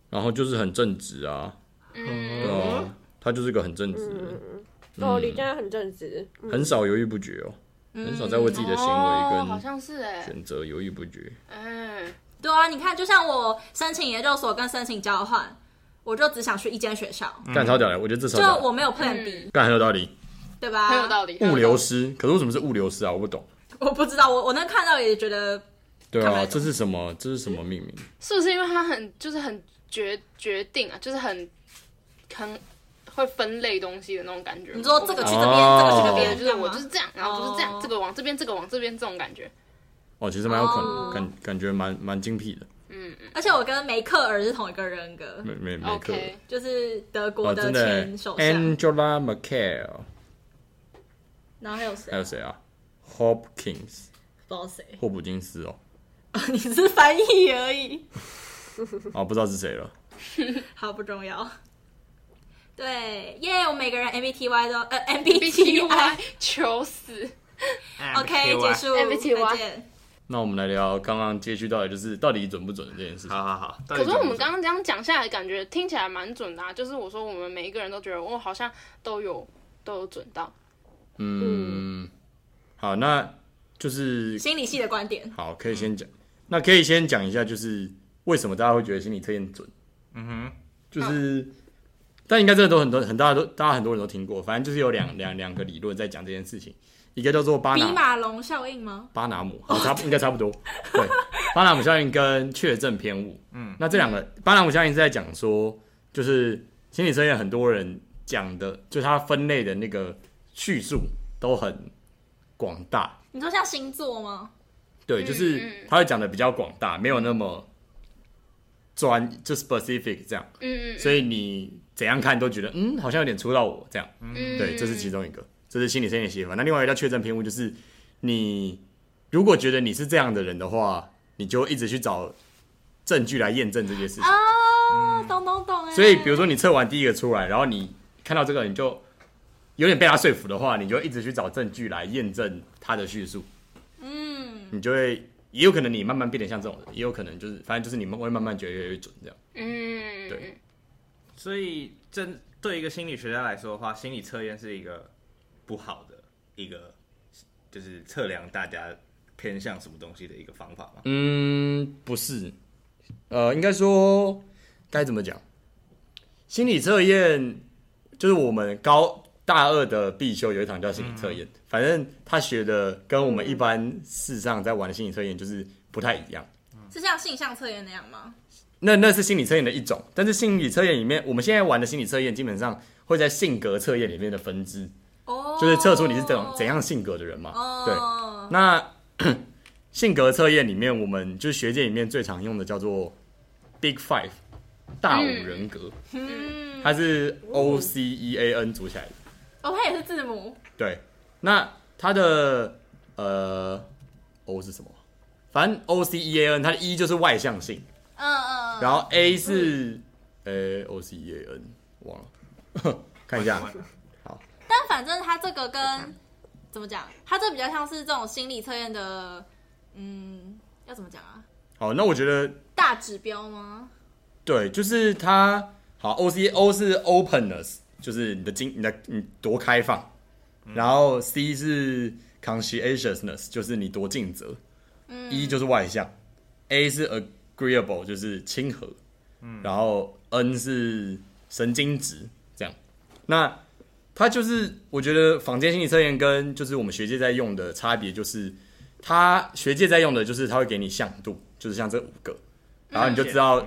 Speaker 5: 然后就是很正直啊，对
Speaker 4: 嗯，
Speaker 5: 啊，他就是个很正直的人，
Speaker 6: 哦，
Speaker 5: 嗯
Speaker 6: 李真的很正直，嗯
Speaker 5: 很少犹豫不决哦，很少在为自己的行
Speaker 4: 嗯哦好
Speaker 5: 为跟
Speaker 4: 像是哎，
Speaker 5: 选择犹豫不决。
Speaker 4: 嗯，
Speaker 1: 对啊，你看，就像我申请研究所跟申请交换，我就只想去一间学校，
Speaker 5: 干超屌的，我觉得这超
Speaker 1: 就
Speaker 5: 屌
Speaker 1: 我
Speaker 5: 的，
Speaker 1: 没有 Plan B，、
Speaker 4: 嗯
Speaker 5: 干很有道理。
Speaker 1: 对吧？
Speaker 4: 很有道理。
Speaker 5: 物
Speaker 4: 很有道
Speaker 5: 流
Speaker 4: 理
Speaker 5: 师，可是为什么是物流师啊？我不懂。
Speaker 1: 我不知道，我我那看到也觉得
Speaker 5: 对
Speaker 1: 看不
Speaker 5: 啊，
Speaker 1: 太懂
Speaker 5: 这是什么？这是什么命名？
Speaker 4: 是不是因为他很就是很决决定啊，就是很很会分类东西的那种感觉吗？
Speaker 1: 你说这个去这边，
Speaker 5: 哦
Speaker 1: 这个去那
Speaker 4: 对，
Speaker 1: 边，
Speaker 4: 就是我就是
Speaker 1: 这样吗
Speaker 4: 这样，然后就是这样，
Speaker 1: 哦
Speaker 4: 这个往这边，这个往这边这种感觉。
Speaker 5: 哦，其实蛮有可能，
Speaker 1: 哦
Speaker 5: 感感觉蛮蛮精辟的。
Speaker 1: 而且我跟梅克尔是同一个人格，
Speaker 5: 没没没 课
Speaker 4: OK，
Speaker 1: 就是德国
Speaker 5: 哦，
Speaker 1: 的
Speaker 5: 真的
Speaker 1: 前首相，
Speaker 5: Angela Merkel，
Speaker 1: 然后还有谁
Speaker 5: 还？有谁啊？Hopkins，
Speaker 1: 不知道谁，
Speaker 5: 霍普金斯哦，
Speaker 1: 你是翻译而已，
Speaker 5: 啊，不知道是谁了。
Speaker 1: 好不重要。对，耶、我们每个人 MBTI 都呃 MBTI，OK、
Speaker 4: 求死！
Speaker 1: OK，结束
Speaker 4: MBTI
Speaker 1: 再见。
Speaker 5: 那我们来聊刚刚接续到底就是到底准不准这件事情。
Speaker 3: 好好好。到底
Speaker 4: 可是我们
Speaker 3: 准
Speaker 4: 刚
Speaker 3: 不
Speaker 4: 刚
Speaker 3: 准
Speaker 4: 这样讲下来，感觉听起来蛮准的、啊，就是我说我们每一个人都觉得我哦好像都有都有准到。
Speaker 5: 嗯，好，那就是
Speaker 1: 心理系的观点，
Speaker 5: 好，可以先讲。那可以先讲一下，就是为什么大家会觉得心理测验准？嗯哼，就是，但应该这个都很多很大家都大家很多人都听过，反正就是有两两两个理论在讲这件事情，一个叫做巴
Speaker 1: 比
Speaker 5: 拿
Speaker 1: 马龙效应吗？
Speaker 5: 巴拿姆，好差不应该差不多，对，巴拿姆效应跟确证偏误，嗯，那这两个巴拿姆效应是在讲说，就是心理测验很多人讲的，就是它分类的那个叙述都很广大，
Speaker 1: 你说像星座吗？
Speaker 5: 对，
Speaker 4: 嗯
Speaker 5: 就是他会讲的比较广大，没有那么专，就 specific 这样，
Speaker 4: 嗯
Speaker 5: 所以你怎样看都觉得，嗯，好像有点戳到我这样。
Speaker 4: 嗯
Speaker 5: 对，这是其中一个，这是心理测验的写法。那另外一个叫确证偏误，就是你如果觉得你是这样的人的话，你就一直去找证据来验证这件事
Speaker 4: 哦
Speaker 5: 情。
Speaker 1: 啊，懂懂懂哎。
Speaker 5: 所以，比如说你测完第一个出来，然后你看到这个，你就有点被他说服的话，你就一直去找证据来验证他的叙述。
Speaker 4: 嗯
Speaker 5: 你就会也有可能你慢慢变得像这种人，也有可能就是反正就是你们会慢慢觉得越来越准这样。
Speaker 4: 嗯，
Speaker 5: 对，
Speaker 3: 所以针对一个心理学家来说的话，心理测验是一个不好的一个，就是测量大家偏向什么东西的一个方法嘛。
Speaker 5: 嗯，不是，呃，应该说该怎么讲？心理测验就是我们高大二的必修有一堂叫心理测验，反正他学的跟我们一般世上在玩的心理测验就是不太一样。
Speaker 1: 是像性向测验那样吗？
Speaker 5: 那那是心理测验的一种，但是心理测验里面，我们现在玩的心理测验基本上会在性格测验里面的分支，
Speaker 1: 哦，
Speaker 5: 就是测出你是怎种怎样性格的人嘛。对，
Speaker 1: 哦，
Speaker 5: 那 性格测验里面，我们就是学界里面最常用的叫做 Big Five 大五人格，
Speaker 1: 嗯，
Speaker 5: 它是 O C E A N 组起来的。
Speaker 1: 哦，它也是字母，
Speaker 5: 对，那它的呃 O 是什么？反正 O C E A N，它的 E 就是外向性，
Speaker 1: 嗯嗯，嗯
Speaker 5: 然后 A 是呃 O C E A N 忘了， 看一下。
Speaker 1: 但反正它这个跟怎么讲，它这比较像是这种心理测验的，嗯，要怎么讲啊？
Speaker 5: 好，那我觉得
Speaker 1: 大指标吗？
Speaker 5: 对，就是它好，O C O 是 openness，就是你的精，你的你多开放，然后 C 是 conscientiousness，就是你多尽责、e 就是外向，A 是 agreeable，就是亲和，然后 N 是神经质，这样。那它就是我觉得坊间心理测验跟就是我们学界在用的差别就是，它学界在用的就是它会给你向度，就是像这五个，然后你就知道。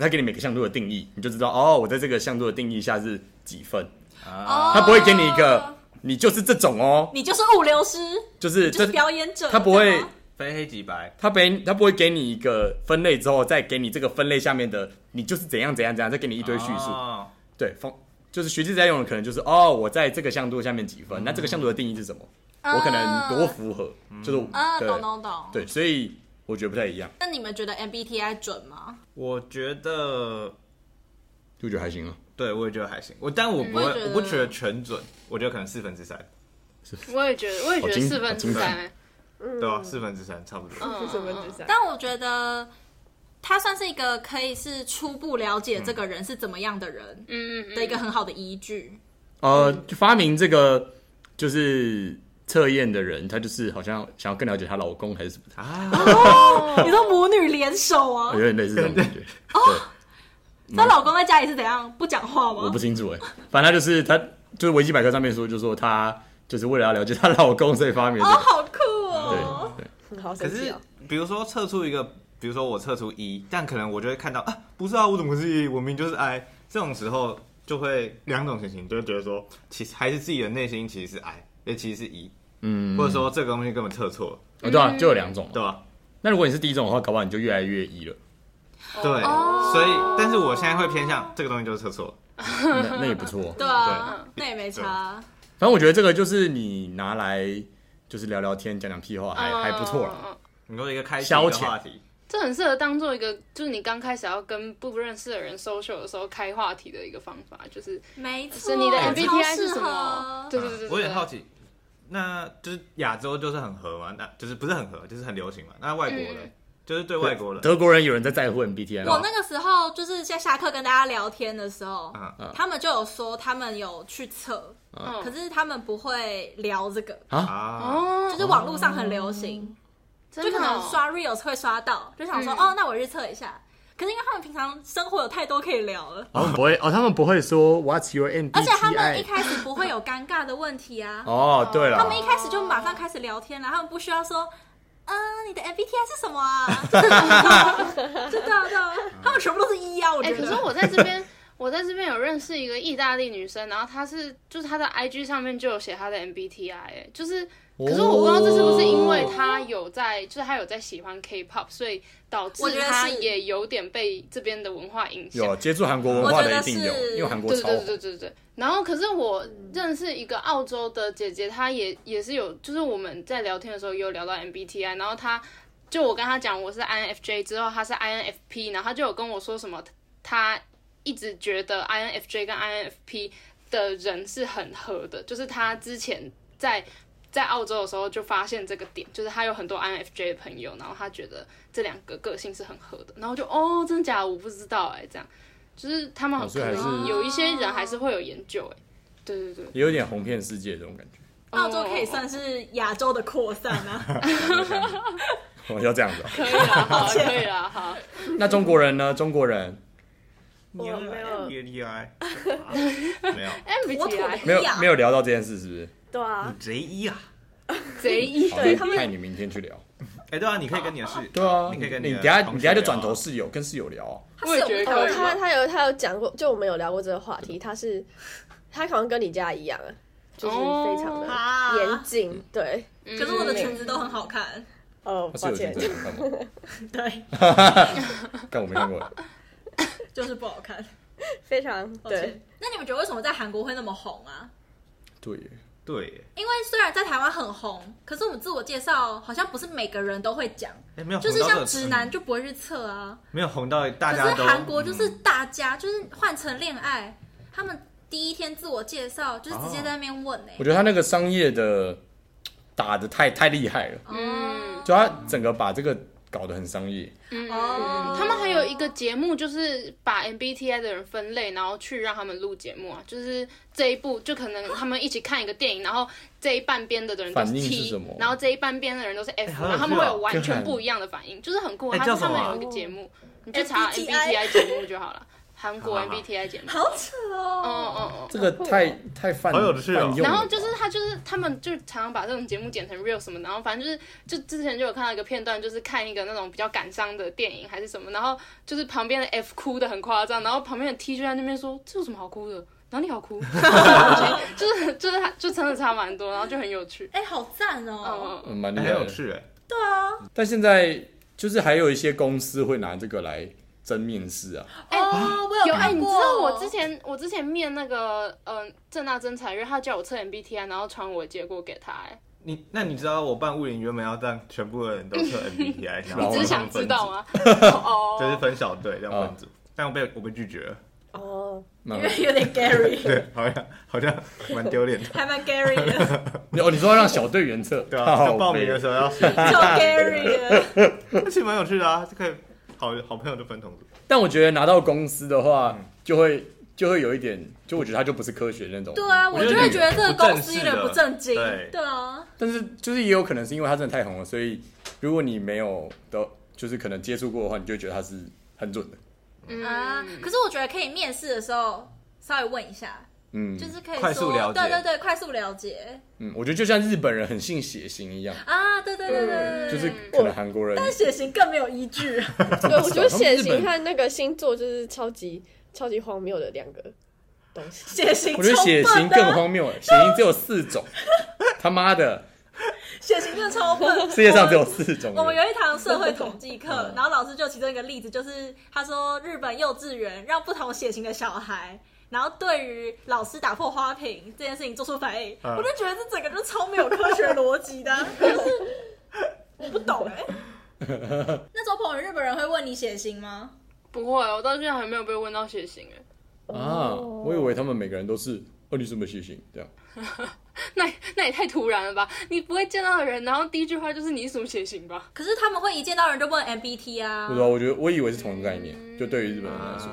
Speaker 5: 他给你每个向度的定义，你就知道哦，我在这个向度的定义下是几分。
Speaker 1: 哦，
Speaker 5: 他不会给你一个，你就是这种哦，
Speaker 1: 你就是物流师，
Speaker 5: 就是
Speaker 1: 就是
Speaker 5: 这，
Speaker 1: 表演者，
Speaker 5: 他不会
Speaker 1: 对吗，
Speaker 3: 非黑即白，
Speaker 5: 他给他不会给你一个分类之后，再给你这个分类下面的，你就是怎样怎样怎样，再给你一
Speaker 3: 一
Speaker 5: 堆叙述。
Speaker 3: 哦、
Speaker 5: 对，方就是学界在用的，可能就是哦，我在这个向度下面几
Speaker 1: 嗯
Speaker 5: 分，那这个向度的定义是什么？我可能多符合，就是我
Speaker 1: 啊，
Speaker 5: 对
Speaker 1: 懂懂懂。
Speaker 5: 对，所以我觉得不太一样，
Speaker 1: 那你们觉得 MBTI 准吗？
Speaker 3: 我觉得，
Speaker 5: 就觉得还行啊。
Speaker 3: 对我也觉得还行。我但我不
Speaker 1: 嗯我
Speaker 3: 会
Speaker 1: 也觉，得
Speaker 3: 我不觉得全准，我觉得可能四分之三，
Speaker 4: 我也觉得，我也觉
Speaker 5: 好
Speaker 4: 得
Speaker 5: 精
Speaker 4: 四分之三，
Speaker 6: 嗯，
Speaker 3: 对吧、啊四分之三差不多。
Speaker 4: 嗯
Speaker 6: 是什么之三？
Speaker 1: 但我觉得它算是一个可以是初步了解这个人是怎么样的人
Speaker 4: 嗯嗯
Speaker 1: 的一个很好的依据。
Speaker 5: 呃，就发明这个就是测验的人，她就是好像想要更了解她老公还是什么的，
Speaker 3: 啊
Speaker 1: 你说母女联手啊
Speaker 5: 有？点类似这种 感觉。
Speaker 1: 她老公在家里是怎样不讲话
Speaker 5: 嗯我
Speaker 1: 吗
Speaker 5: 不？清楚哎、反正她就是她就是维基百科上面说，就说她就是为了要了解她老公，所以发明的
Speaker 1: 哦，好酷哦！
Speaker 5: 对对，
Speaker 6: 嗯好
Speaker 3: 可
Speaker 6: 神奇
Speaker 3: 是
Speaker 4: 啊
Speaker 6: 哦！
Speaker 3: 比如说测出一个，比如说我测出一，但可能我就会看到啊，不是啊，我怎么是一？我明明就是 I。这种时候就会两种情形，就会觉得说，其实还是自己的内心其实是 I，也其实是一，
Speaker 5: 嗯，
Speaker 3: 或者说这个东西根本测错了，
Speaker 5: 哦
Speaker 1: 嗯
Speaker 5: 对啊，就有两种嘛。
Speaker 3: 对吧？
Speaker 5: 那如果你是第一种的话，搞不好你就越来越一 了，
Speaker 4: 哦
Speaker 3: 对，所以但是我现在会偏向这个东西就是测错了，
Speaker 5: 那那也不错。
Speaker 1: 对啊，那也没差。
Speaker 5: 反正我觉得这个就是你拿来就是聊聊天、讲讲屁话，还
Speaker 4: 嗯
Speaker 5: 还不错
Speaker 1: 啊
Speaker 5: 啊啦。。
Speaker 4: 嗯
Speaker 3: 你说一个开心
Speaker 5: 消
Speaker 3: 的
Speaker 5: 遣
Speaker 3: 话题，
Speaker 4: 这很适合当做一个，就是你刚开始要跟不认识的人 social 的时候开话题的一个方法，就是
Speaker 1: 没错，
Speaker 4: 是你的
Speaker 1: 超
Speaker 4: MBTI
Speaker 1: 哦适
Speaker 4: 是什么
Speaker 1: 合？
Speaker 4: 对对对对，
Speaker 3: 我有点好
Speaker 4: 奇，
Speaker 3: 奇，那就是亚洲就是很合嘛，那就是不是很合，就是很流行嘛。那外国人、
Speaker 4: 嗯
Speaker 3: 就是对外国人，
Speaker 5: 德国人有人在在乎 MBTI
Speaker 1: 我
Speaker 5: 吗？
Speaker 1: 那个时候就是在下课跟大家聊天的时候，
Speaker 3: 嗯
Speaker 5: 嗯
Speaker 1: 他们就有说他们有去测，
Speaker 4: 嗯
Speaker 1: 可是他们不会聊这个，
Speaker 3: 啊，
Speaker 4: 哦，
Speaker 1: 就是网络上很流行，
Speaker 4: 就
Speaker 1: 就可能刷 reels 会刷到，就想说、
Speaker 4: 哦嗯
Speaker 1: 哦，那我去测一下。可是因为他们平常生活有太多可以聊了，
Speaker 5: 他们不会哦，他们不会说 What's your
Speaker 1: 而且他们一
Speaker 5: MBTI？
Speaker 1: 开始不会有尴尬的问题啊，
Speaker 5: 哦，对
Speaker 1: 他们
Speaker 5: 了，
Speaker 1: 一开始就马上开始聊天了，他们不需要说。嗯，你的 MBTI 是什么啊？ 就是你知道就对啊对啊， 他们全部都是一啊，我
Speaker 4: 哎、
Speaker 1: 觉
Speaker 4: 可是
Speaker 1: 得。
Speaker 4: 我在这边，我在这边有认识一个意大利女生，然后她是就是她的 IG 上面就有写她的 MBTI，、哎，就是，可是我不知道这是不是因
Speaker 1: 哦
Speaker 4: 为她有在，就是她有在喜欢 K-pop，所以导致
Speaker 1: 我觉得
Speaker 4: 她
Speaker 1: 是
Speaker 4: 也有点被这边的文化影响。
Speaker 5: 有接触韩国文化的一定
Speaker 1: 我觉得
Speaker 5: 有，
Speaker 1: 是
Speaker 5: 因为韩国
Speaker 4: 对
Speaker 5: 超
Speaker 4: 对对对对。然后，可是我认识一个澳洲的姐姐，她也也是有，就是我们在聊天的时候也有聊到 MBTI，然后她就我跟她讲我是 INFJ 之后，她是 INFP，然后她就有跟我说什么，她一直觉得 INFJ 跟 INFP 的人是很合的，就是她之前在。在澳洲的时候就发现这个点，就是他有很多 INFJ 的朋友，然后他觉得这两个个性是很合的，然后就哦，真的假的？我不知道哎、这样就是他们
Speaker 5: 哦
Speaker 4: 很
Speaker 5: 所以
Speaker 4: 可
Speaker 5: 还
Speaker 4: 能
Speaker 5: 是
Speaker 4: 有一些人还是会有研究哎、对对对，
Speaker 5: 也有点红遍世界这种感觉。
Speaker 1: 澳洲可以算是亚洲的扩散啊。
Speaker 5: 哦， 要这样子、哦。
Speaker 4: 可以啦，好，可以啦，好，
Speaker 5: 那中国人呢？中国人
Speaker 6: 我没有
Speaker 3: 你 厉害，没有，
Speaker 4: 哎，比
Speaker 1: 我
Speaker 4: 起
Speaker 1: 土
Speaker 4: 来
Speaker 5: 没有
Speaker 1: 呀
Speaker 5: 没有聊到这件事，是不是？
Speaker 6: 对啊
Speaker 5: 嗯
Speaker 3: 你，贼一啊！
Speaker 4: 贼一
Speaker 5: 好，
Speaker 6: 对
Speaker 5: 那
Speaker 6: 他们
Speaker 5: 看你明天去聊。
Speaker 3: 哎，对啊，你可以跟你的室，
Speaker 5: 对啊，
Speaker 3: 你可以跟
Speaker 5: 你
Speaker 3: 的
Speaker 5: 等下
Speaker 3: 同
Speaker 5: 你等
Speaker 3: 学
Speaker 5: 下就
Speaker 3: 聊啊
Speaker 5: 转头室友跟室友聊哦。
Speaker 1: 他是有
Speaker 4: 我也觉得
Speaker 1: 朋
Speaker 6: 哦，
Speaker 1: 友
Speaker 6: 他他有他有讲过，就我们有聊过这个话题，他是他好像跟你家一样啊，就是非常的
Speaker 1: 啊
Speaker 6: 严谨，对，
Speaker 1: 可是我的裙子都很好看。
Speaker 6: 哦，
Speaker 5: 他室
Speaker 6: 抱
Speaker 5: 友去
Speaker 6: 歉
Speaker 8: 这，
Speaker 5: 这想干嘛？
Speaker 1: 对，
Speaker 5: 但我没看过。
Speaker 1: 就是不好看。
Speaker 6: 非常
Speaker 1: 抱
Speaker 6: 对
Speaker 1: 歉。。那你们觉得为什么在韩国会那么红啊？
Speaker 5: 对耶，
Speaker 3: 对耶，
Speaker 1: 因为虽然在台湾很红，可是我们自我介绍好像不是每个人都会讲，
Speaker 3: 哎，没有，
Speaker 1: 就是像直男，就不会去测啊。
Speaker 3: 没有红到大
Speaker 1: 可
Speaker 3: 家
Speaker 1: 是
Speaker 3: 都
Speaker 1: 韩国就
Speaker 3: 嗯
Speaker 1: 是大家就是换成恋爱，他们第一天自我介绍就是直接在那边问哎、
Speaker 5: 我觉得他那个商业的打的太太厉害了，
Speaker 4: 嗯
Speaker 5: 就他整个把这个搞得很商业。
Speaker 4: 嗯，
Speaker 1: 哦
Speaker 4: 他们还有一个节目，就是把 MBTI 的人分类，然后去让他们录节目啊。就是这一部，就可能他们一起看一个电影，然后这一半边的人都是
Speaker 5: 反应是
Speaker 4: T，
Speaker 5: 什么
Speaker 4: 然后这一半边的人都是 F，、
Speaker 3: 好有
Speaker 4: 然后他们
Speaker 3: 趣
Speaker 4: 会
Speaker 3: 哦
Speaker 4: 有完全
Speaker 5: 干
Speaker 4: 不一样的反应，就是很酷啊。
Speaker 3: 哎
Speaker 4: 他
Speaker 3: 叫
Speaker 4: 就他
Speaker 3: 什么
Speaker 4: 们
Speaker 3: 啊
Speaker 4: 有一个节目，你去查
Speaker 1: MBTI
Speaker 4: MBTI 节目就好了，韩国
Speaker 3: 好好好
Speaker 4: MBTI 节目。
Speaker 1: 好扯
Speaker 4: 哦
Speaker 1: 哦。
Speaker 4: 哦
Speaker 5: 这个太太泛
Speaker 3: 好有趣哦
Speaker 5: 泛用了
Speaker 4: 然后就是他就是他们就常常把这种节目剪成 real 什么，然后反正就是就之前就有看到一个片段，就是看一个那种比较感伤的电影还是什么，然后就是旁边的 F 哭的很夸张，然后旁边的 T 就在那边说这有什么好哭的，哪里好哭？ 就是就是他就真的差蛮多，然后就很有趣。
Speaker 1: 哎、好赞
Speaker 4: 嗯
Speaker 1: 哦！
Speaker 4: 嗯
Speaker 5: 嗯蛮厉
Speaker 3: 哎
Speaker 5: 害
Speaker 3: 很有
Speaker 5: 的。
Speaker 3: 趣哎，
Speaker 5: 但现在就是还有一些公司会拿这个来争面试啊，
Speaker 1: 哦，我
Speaker 4: 有哎、
Speaker 1: 看
Speaker 4: 你
Speaker 1: 过。哦
Speaker 4: 知道我之前我之前面那个嗯、呃正大真才，因为他叫我测 MBTI，然后啊传我的结果给他、哎，
Speaker 3: 你那你知道我办物联原本要让全部的人都测 MBTI，然后
Speaker 4: 只
Speaker 5: 我们
Speaker 4: 是
Speaker 3: 分
Speaker 4: 想知道吗？
Speaker 3: 组，
Speaker 4: 哦，
Speaker 3: 就是分小队这样
Speaker 5: 哦
Speaker 3: 分组，但我被我被拒绝了，
Speaker 6: 哦，
Speaker 5: 那
Speaker 1: 因为有点 Gary，
Speaker 3: 对，好像好像蛮 丢脸的，
Speaker 1: 还蛮 Gary 的，
Speaker 5: 哦，你说让小队员测，
Speaker 3: 对啊，就报名的时
Speaker 5: 候，
Speaker 3: 候要
Speaker 1: 就 Gary 的。
Speaker 3: 其实蛮有趣的啊，就可以好好朋友就分同组。
Speaker 5: 但我觉得拿到公司的话，就会就会有一点，就我觉得它就不是科学那种。
Speaker 1: 对啊，我
Speaker 3: 我
Speaker 1: 就
Speaker 3: 觉得
Speaker 1: 会
Speaker 3: 你
Speaker 1: 觉得这个
Speaker 3: 不正
Speaker 1: 公司有
Speaker 3: 式
Speaker 1: 点
Speaker 3: 的
Speaker 1: 不正经。
Speaker 3: 对
Speaker 1: 对啊，
Speaker 5: 但是就是也有可能是因为它真的太红了，所以如果你没有的，就是可能接触过的话，你就会觉得它是很准的。
Speaker 1: 啊，可是我觉得可以面试的时候稍微问一下，
Speaker 5: 嗯，
Speaker 1: 就是可以
Speaker 3: 快
Speaker 1: 说
Speaker 3: 速了解
Speaker 1: 对对对，快速了解
Speaker 5: 嗯，我觉得就像日本人很信血型一样，
Speaker 1: 啊，对对对对对，
Speaker 5: 就是可能韩国人
Speaker 1: 但血型更没有依据啊。
Speaker 6: 对，我觉得
Speaker 5: 他们
Speaker 6: 血
Speaker 5: 日
Speaker 6: 型
Speaker 5: 本
Speaker 6: 和那个星座就是超级超级荒谬的两个东 西。
Speaker 1: 血型
Speaker 5: 我觉得
Speaker 1: 超
Speaker 5: 血
Speaker 1: 笨
Speaker 5: 型
Speaker 1: 的啊
Speaker 5: 更荒谬，血型只有四 种，他妈的，
Speaker 1: 血型真的超笨。
Speaker 5: 世界上只有四种
Speaker 1: 我们
Speaker 5: 人。嗯
Speaker 1: 有一堂社会统计课，然后老师就其中一个例子，就是他说日本幼稚园让不同血型的小孩，然后对于老师打破花瓶这件事情做出反应，
Speaker 3: 嗯
Speaker 1: 我就觉得这整个就超没有科学逻辑的啊， 就是我不懂哎、 那周鹏，日本人会问你血型吗？
Speaker 4: 不会，我到现在还没有被问到血型哎。
Speaker 5: 啊，我以为他们每个人都是哦，你什么血型？这样，
Speaker 4: 那那也太突然了吧！你不会见到的人，然后第一句话就是你是什么血型吧？
Speaker 1: 可是他们会一见到人就问 MBT 啊
Speaker 5: 不知，道，我觉得我以为是同一个概念，就对于日本人
Speaker 3: 嗯
Speaker 5: 来说，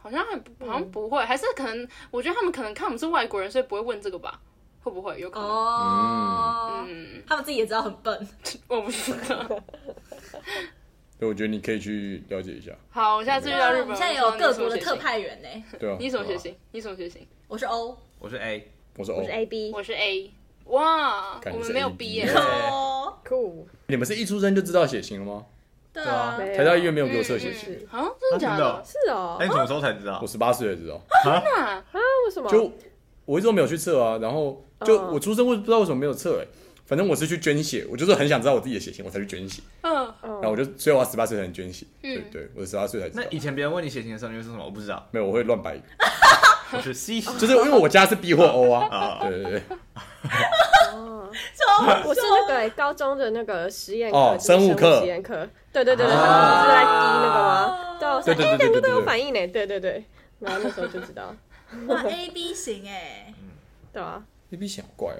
Speaker 4: 好像还不
Speaker 1: 嗯
Speaker 4: 好像不会，还是可能我觉得他们可能看我们是外国人，所以不会问这个吧？会不会有可能？
Speaker 1: 哦，
Speaker 4: 嗯，
Speaker 1: 他们自己也知道很笨。
Speaker 4: 我不知道。
Speaker 5: 所以我觉得你可以去了解一下，
Speaker 4: 好，我下次遇到日
Speaker 1: 我
Speaker 4: 本人，
Speaker 1: 们现在
Speaker 4: 我
Speaker 1: 有
Speaker 4: 说
Speaker 1: 各国的
Speaker 4: 你
Speaker 1: 特
Speaker 4: 什么血型。
Speaker 1: 派员呢、
Speaker 5: 对啊。
Speaker 4: 你什么血型？你什么血型？
Speaker 1: 我是 O，
Speaker 3: 我是 A，
Speaker 5: 我说
Speaker 6: 我是
Speaker 5: 哦，
Speaker 6: A B
Speaker 4: 我是 A。哇，
Speaker 5: 感觉
Speaker 4: 我们
Speaker 5: 是
Speaker 4: 没有
Speaker 5: AB
Speaker 4: B 耶。
Speaker 1: 哦，
Speaker 6: 酷，
Speaker 5: 你们是一出生就知道血型了吗？
Speaker 1: 对
Speaker 3: 啊
Speaker 1: 啊，
Speaker 6: 没有
Speaker 5: 台大医院没有给我测血型，
Speaker 4: 嗯啊，真的假
Speaker 3: 啊
Speaker 4: 的？
Speaker 6: 是哦
Speaker 3: 哎，，你什么时候才知道
Speaker 5: 我？十八岁才知道，
Speaker 4: 那
Speaker 6: 那为什么？
Speaker 5: 就我一直都没有去测啊，然后就
Speaker 6: 嗯
Speaker 5: 我出生我不知道为什么没有测哎、反正我是去捐血，我就是很想知道我自己的血型，我才去捐血，
Speaker 4: 嗯，
Speaker 5: 然后我就所以我要十八岁才能捐血，
Speaker 4: 嗯
Speaker 5: 对对，我十八岁才知
Speaker 3: 那
Speaker 5: 道，
Speaker 3: 以前别人问你血型的时候，你会说什么？我不知道，
Speaker 5: 没有我会乱掰，
Speaker 3: 我是 C 型。
Speaker 5: 就是因为我家是 B 或 O 啊
Speaker 3: 啊，
Speaker 5: 对对对，
Speaker 1: 哦
Speaker 6: 我是那个高中的那个实验课，
Speaker 5: 哦
Speaker 6: 就是
Speaker 5: 生
Speaker 6: 生
Speaker 5: 物课
Speaker 6: 实验课，对对对对，他们不是在滴那个吗？对啊，我
Speaker 5: 对
Speaker 6: 说
Speaker 5: 对
Speaker 6: 哎，
Speaker 5: 对对
Speaker 6: 两
Speaker 5: 对
Speaker 6: 个都有
Speaker 5: 对
Speaker 6: 反应呢，对对对，然后那时候就知道，
Speaker 1: 哇 A B 型哎、
Speaker 6: 对啊，
Speaker 5: A B 型好怪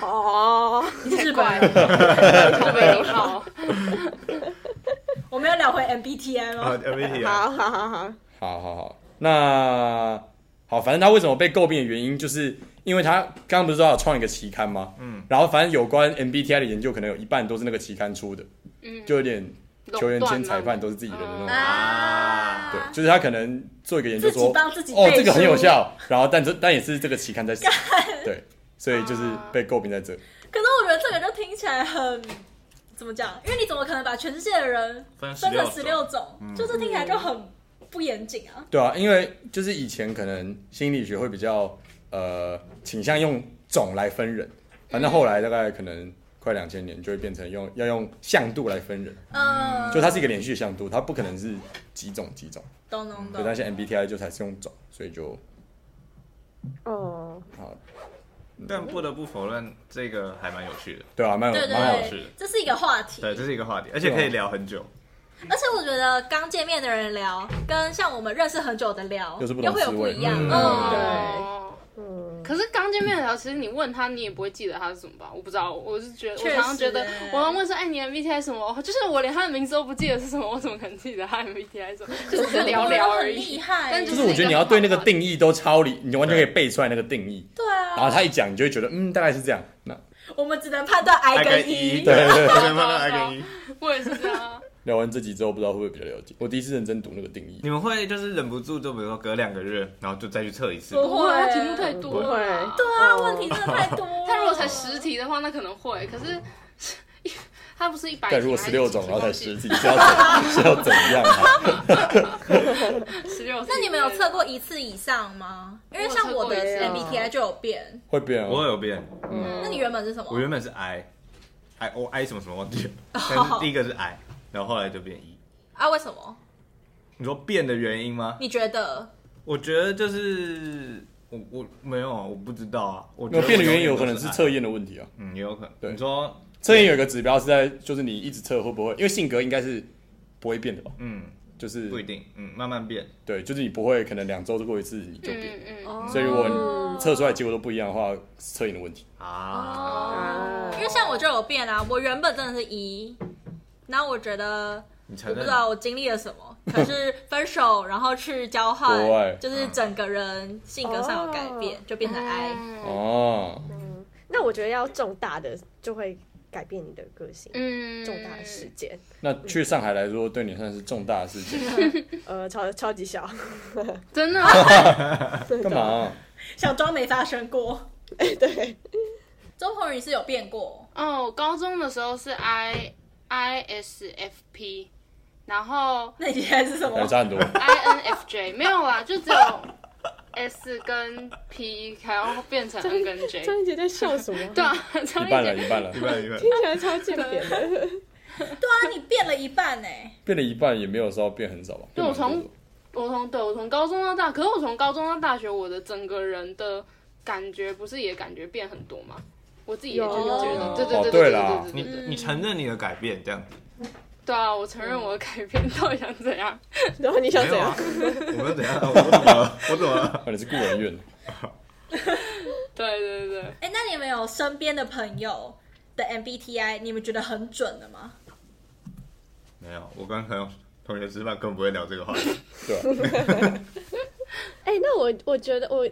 Speaker 5: 哦、
Speaker 6: 哦，
Speaker 1: 日
Speaker 4: 怪
Speaker 1: 本，
Speaker 4: 特别礼貌。
Speaker 1: 我们要聊回 MBTI
Speaker 3: 啊
Speaker 5: 哦
Speaker 1: 吗？
Speaker 3: ，MBTI
Speaker 6: 好好好好，
Speaker 5: 好好好，那好，反正他为什么被诟病的原因，就是因为他刚刚不是说他有创一个期刊吗？嗯，然后反正有关 MBTI 的研究，可能有一半都是那个期刊出的，
Speaker 4: 嗯
Speaker 5: 就有点球员兼裁判
Speaker 4: 垄断吗
Speaker 5: 都是自己人的那种，
Speaker 1: 啊，
Speaker 5: 对，就是他可能做一个研究
Speaker 1: 自己
Speaker 5: 说，
Speaker 1: 帮自己
Speaker 5: 哦，
Speaker 1: 背
Speaker 5: 这个很
Speaker 1: 书
Speaker 5: 有效，然后但这但也是这个期刊 在死，对，所以就是被诟病在这，
Speaker 1: 可是我觉得这个就听起来很怎么讲？因为你怎么可能把全世界的人
Speaker 3: 分
Speaker 1: 分成十
Speaker 3: 16
Speaker 1: 六种？
Speaker 5: 嗯
Speaker 1: 就是听起来就很不严谨啊。
Speaker 5: 对啊，因为就是以前可能心理学会比较呃倾向用种来分人，反
Speaker 1: 嗯
Speaker 5: 正后来大概可能快两千年就会变成用要用向度来分人，
Speaker 1: 嗯，
Speaker 5: 就它是一个连续向度，它不可能是几种几种，
Speaker 1: 懂懂懂。
Speaker 5: 对，但是 MBTI 就才是用种，所以就
Speaker 6: 哦，
Speaker 5: 好，
Speaker 3: 但不得不否认，这个还蛮有趣的。
Speaker 5: 对啊，蛮有
Speaker 1: 对
Speaker 5: 蛮好
Speaker 1: 对
Speaker 3: 趣的
Speaker 1: 对，这是一个话题。
Speaker 3: 对，这是一个话题，而且可以聊很久。
Speaker 1: 而且我觉得刚见面的人聊，跟像我们认识很久的聊，
Speaker 5: 又是不
Speaker 1: 又
Speaker 5: 同
Speaker 1: 会有
Speaker 5: 滋
Speaker 1: 不
Speaker 5: 味
Speaker 1: 一样。
Speaker 5: 嗯
Speaker 4: 哦
Speaker 6: 嗯，
Speaker 4: 可是刚见面的时候，其实你问他，你也不会记得他是什么吧？我不知道，我是觉得，我
Speaker 1: 确实
Speaker 4: 常常觉得
Speaker 1: 欸，
Speaker 4: 我常问说，哎，你 MBTI 什么？就是我连他的名字都不记得是什么，我怎么可能记得他 MBTI 什么？就是只是聊聊而
Speaker 1: 我觉得很
Speaker 4: 已
Speaker 1: 厉。害，
Speaker 4: 但就
Speaker 5: 就是我觉得你要对那个定义都超理，你完全可以
Speaker 3: 对
Speaker 5: 背出来那个定义，
Speaker 1: 对啊，
Speaker 5: 然后他一讲，你就会觉得嗯，大概是这样，那
Speaker 1: 我们只能判断 I 跟 E。
Speaker 3: 对对对，
Speaker 4: 对
Speaker 3: 慢慢 I 跟 E。
Speaker 4: 我也是这样啊。
Speaker 5: 聊完这集之后，不知道会不会比较了解。我第一次认真读那个定义，
Speaker 1: 嗯
Speaker 3: 你们会就是忍不住，就比如说隔两个月，然后就再去测一次。
Speaker 1: 不
Speaker 4: 不
Speaker 1: 会
Speaker 4: 会，他题目太多
Speaker 6: 不会
Speaker 4: 了啊。
Speaker 1: 对啊，问题真的太多了。
Speaker 4: 他如果才十题的话，那可能会。可是 他不是一百题
Speaker 5: 但
Speaker 4: 吗，
Speaker 5: 如果十六种，然后才十几，是要 怎是要怎样啊？
Speaker 4: 十六。
Speaker 1: 那你们有测过一次以上吗？因为像我的
Speaker 4: 我有测
Speaker 6: 过一次
Speaker 1: MBTI 就有变。
Speaker 5: 会变
Speaker 3: 我
Speaker 5: 啊？
Speaker 3: 有变，
Speaker 1: 那你原本是什么？
Speaker 3: 我原本是 I，I 我 I 什么什么忘记了，但是第一个是 I，然后后来就变 E。
Speaker 1: 啊？为什么？
Speaker 3: 你说变的原因吗？
Speaker 1: 你觉得？
Speaker 3: 我觉得就是我我没有啊，我不知道啊。我觉
Speaker 5: 那
Speaker 3: 得
Speaker 5: 变的原因
Speaker 3: 我
Speaker 5: 有
Speaker 3: 永
Speaker 5: 可
Speaker 3: 远
Speaker 5: 能
Speaker 3: 都
Speaker 5: 是
Speaker 3: I
Speaker 5: 测，验的问题啊。
Speaker 3: 嗯，也有可能。
Speaker 5: 对
Speaker 3: 你说，
Speaker 5: 测验有一个指标是在，就是你一直测会不会，因为性格应该是不会变的吧？
Speaker 3: 嗯，
Speaker 5: 就是
Speaker 3: 不一定，嗯，慢慢变。
Speaker 5: 对，就是你不会可能两周过一次你就变，
Speaker 4: 嗯嗯，
Speaker 5: 所以如果你测出来结果都不一样的话，是测验的问题。
Speaker 3: 啊，
Speaker 6: 啊
Speaker 1: 哦因为像我就有变啊，我原本真的是 E，然后我觉得
Speaker 3: 你承
Speaker 1: 我不
Speaker 3: 认
Speaker 1: 知道我经历了什么，可是分手然后去交
Speaker 5: 国外
Speaker 1: 换，就是整个人性格上有改变，就变成
Speaker 4: 嗯
Speaker 1: I。
Speaker 5: 哦，
Speaker 6: 那我觉得要重大的就会改变你的个性，
Speaker 4: 嗯，
Speaker 6: 重大的事件，
Speaker 5: 那去上海来说，对你算是重大的事 情。
Speaker 6: 呃，超超级小，
Speaker 4: 真的啊。
Speaker 5: 干嘛啊、
Speaker 1: 想装没发生过。
Speaker 6: 对，
Speaker 1: 周鹏宇是有变过，
Speaker 4: 哦，我高中的时候是 I I S F P，然后
Speaker 5: 哎
Speaker 1: 那你现在是什
Speaker 5: 还
Speaker 1: 么？
Speaker 5: 差 很多。
Speaker 4: I N F J 没有啦，就只有 S 跟 P，然后变成 N 跟 J。
Speaker 6: 张一杰在笑什么？
Speaker 4: 对啊，
Speaker 5: 一
Speaker 4: 张
Speaker 5: 半
Speaker 4: 姐
Speaker 5: 了，一半了
Speaker 3: 一，半一 半。
Speaker 6: 听起来超欠扁 的，
Speaker 1: 对啊，你变了一半欸呢、
Speaker 5: 变了一半也没有说变很少吧？
Speaker 4: 对我
Speaker 5: 变蛮多
Speaker 4: 从
Speaker 5: 的
Speaker 4: 我从对我从高中到大，可是我从高中到大学，我的整个人的感觉不是也感觉变很多吗？我自己也就
Speaker 6: 有
Speaker 4: 觉得，
Speaker 6: 有
Speaker 4: 对对
Speaker 5: 哦
Speaker 4: 对
Speaker 5: 对
Speaker 4: 对
Speaker 5: 啦
Speaker 4: 对
Speaker 3: 你
Speaker 4: 对对
Speaker 1: 嗯
Speaker 4: 对，
Speaker 3: 你承认你的改变这样子？
Speaker 4: 对啊，我承认我的改变，到底想怎样？
Speaker 6: 然后你想
Speaker 3: 没
Speaker 6: 怎
Speaker 3: 有
Speaker 6: 样
Speaker 3: 啊？， 我没有怎样啊， 我怎么了？我怎啊么了？
Speaker 5: 哦，你是孤儿院，
Speaker 4: 对对对对，
Speaker 1: 哎、那你们有身边的朋友的 MBTI，你们觉得很准的吗？
Speaker 3: 没有，我跟朋友同学吃饭根本不会聊这个话
Speaker 1: 嗯
Speaker 3: 题。
Speaker 5: 对吧？
Speaker 6: 哎、那我我觉得我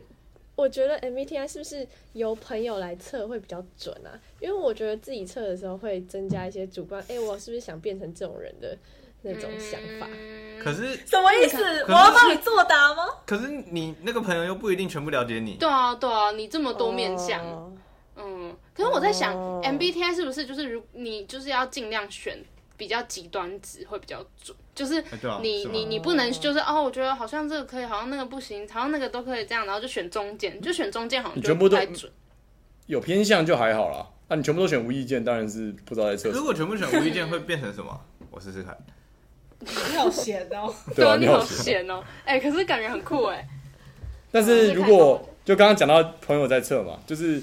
Speaker 6: 我觉得 MBTI 是不是由朋友来测会比较准啊？因为我觉得自己测的时候会增加一些主观，哎、我是不是想变成这种人的那种想法？
Speaker 1: 嗯
Speaker 3: 可是
Speaker 1: 什么意思？
Speaker 3: 可
Speaker 1: 我
Speaker 3: 是
Speaker 1: 要帮你作答吗？
Speaker 3: 可是你那个朋友又不一定全部了解你。
Speaker 4: 对啊对啊，你这么多面相，
Speaker 6: 哦
Speaker 4: 嗯，可是我在想、
Speaker 6: 哦
Speaker 4: MBTI 是不是就是如你就是要尽量选比较极端值会比较准，就是
Speaker 3: 哎对啊
Speaker 4: 你、
Speaker 3: 是吗
Speaker 4: 你你不能就是哦，我觉得好像这个可以，好像那个不行，好像那个都可以这样，然后就选中间，就选中间好像
Speaker 5: 你
Speaker 4: 就
Speaker 5: 全部
Speaker 4: 不
Speaker 5: 都
Speaker 4: 太准。
Speaker 5: 有偏向就还好啦。那、你全部都选无意见，当然是不知道在测什
Speaker 3: 如
Speaker 5: 么。
Speaker 3: 果全部选无意见会变成什么？我试试看。
Speaker 1: 你好闲哦。
Speaker 5: 对啊，
Speaker 4: 你
Speaker 5: 你
Speaker 4: 好
Speaker 5: 好学。
Speaker 4: 闲哦，哎、可是感觉很酷哎，
Speaker 5: 但
Speaker 1: 嗯
Speaker 5: 是如果就刚刚讲到朋友在测嘛，就是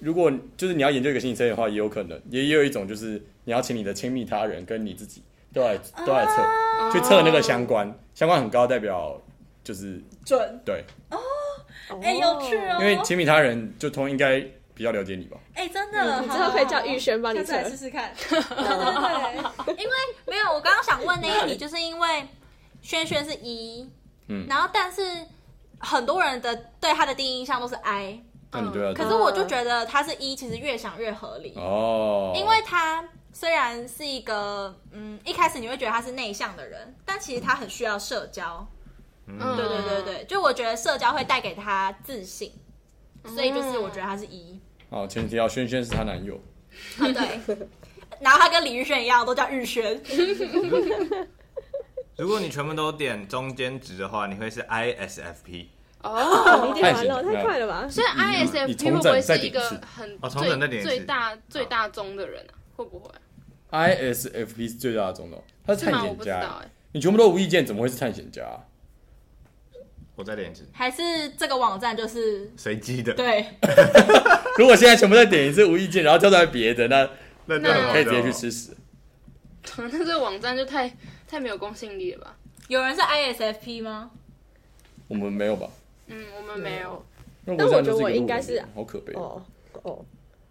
Speaker 5: 如果就是你要研究一个心理测验的话，也有可能，也也有一种就是你要请你的亲密他人跟你自己都来都来测，
Speaker 1: 啊哦
Speaker 5: 去测那个相关，相关很高代表就是
Speaker 1: 准
Speaker 5: 对，
Speaker 1: 哎、有趣哦！
Speaker 5: 因为亲密他人就通应该比较了解你吧。
Speaker 1: 哎、真的，
Speaker 6: 嗯你
Speaker 1: 好
Speaker 6: 之后可以叫玉
Speaker 1: 好
Speaker 6: 轩帮你
Speaker 1: 下次
Speaker 6: 测
Speaker 1: 来。试试 看。对对对，因为没有，我刚刚想问那一题，就是因为轩轩是 E，
Speaker 5: 嗯
Speaker 1: 然后但是很多人的对他的第一印象都是 I，
Speaker 5: 那你对啊他
Speaker 1: 嗯可是我就觉得他是 E，其实越想越合理，
Speaker 5: 哦，
Speaker 1: 因为他虽然是一个嗯，一开始你会觉得他是内向的人，但其实他很需要社交。
Speaker 4: 嗯，
Speaker 1: 对对对对，就我觉得社交会带给他自信，所以就是我觉得他是 E，
Speaker 5: 哦，前提要轩轩是她男友，
Speaker 1: 啊 对。然后他跟李玉轩一样，都叫玉轩。
Speaker 3: 如果你全部都点中间值的话，你会是 ISFP。
Speaker 4: 哦，
Speaker 6: 你点完了，太快了吧？
Speaker 4: 所以
Speaker 5: 你
Speaker 4: ISFP
Speaker 5: 重
Speaker 4: 会不
Speaker 5: 整
Speaker 4: 会
Speaker 5: 再啊
Speaker 4: 是
Speaker 5: 点
Speaker 4: 一个
Speaker 5: 一次
Speaker 4: 很
Speaker 3: 哦重整再点
Speaker 4: 最
Speaker 3: 一次
Speaker 4: 最大最大宗的人啊？会不会？
Speaker 5: ISFP 是最大的中的哦，他是
Speaker 4: 是吗？
Speaker 5: 探
Speaker 4: 我
Speaker 5: 险
Speaker 4: 不知道
Speaker 1: 欸
Speaker 5: 家，
Speaker 4: 哎。
Speaker 5: 你全部都无意见，怎么会是探险家啊？
Speaker 3: 我再点一次，
Speaker 1: 还是这个网站就是
Speaker 3: 随机的。
Speaker 1: 对，
Speaker 5: 如果现在全部再点一次无意见，然后跳出来别的，那
Speaker 3: 那
Speaker 4: 那
Speaker 3: 那
Speaker 5: 可以直接去吃屎。
Speaker 4: 那这个网站就太太没有公信力了吧？
Speaker 1: 有人是 ISFP 吗？
Speaker 5: 我们没有吧？
Speaker 4: 嗯，我们没有。
Speaker 5: 那
Speaker 6: 但我
Speaker 5: 现在
Speaker 6: 觉
Speaker 5: 就是一个
Speaker 6: 得
Speaker 5: 路
Speaker 6: 我
Speaker 5: 人
Speaker 6: 应该是
Speaker 5: 好可悲。
Speaker 6: 哦哦，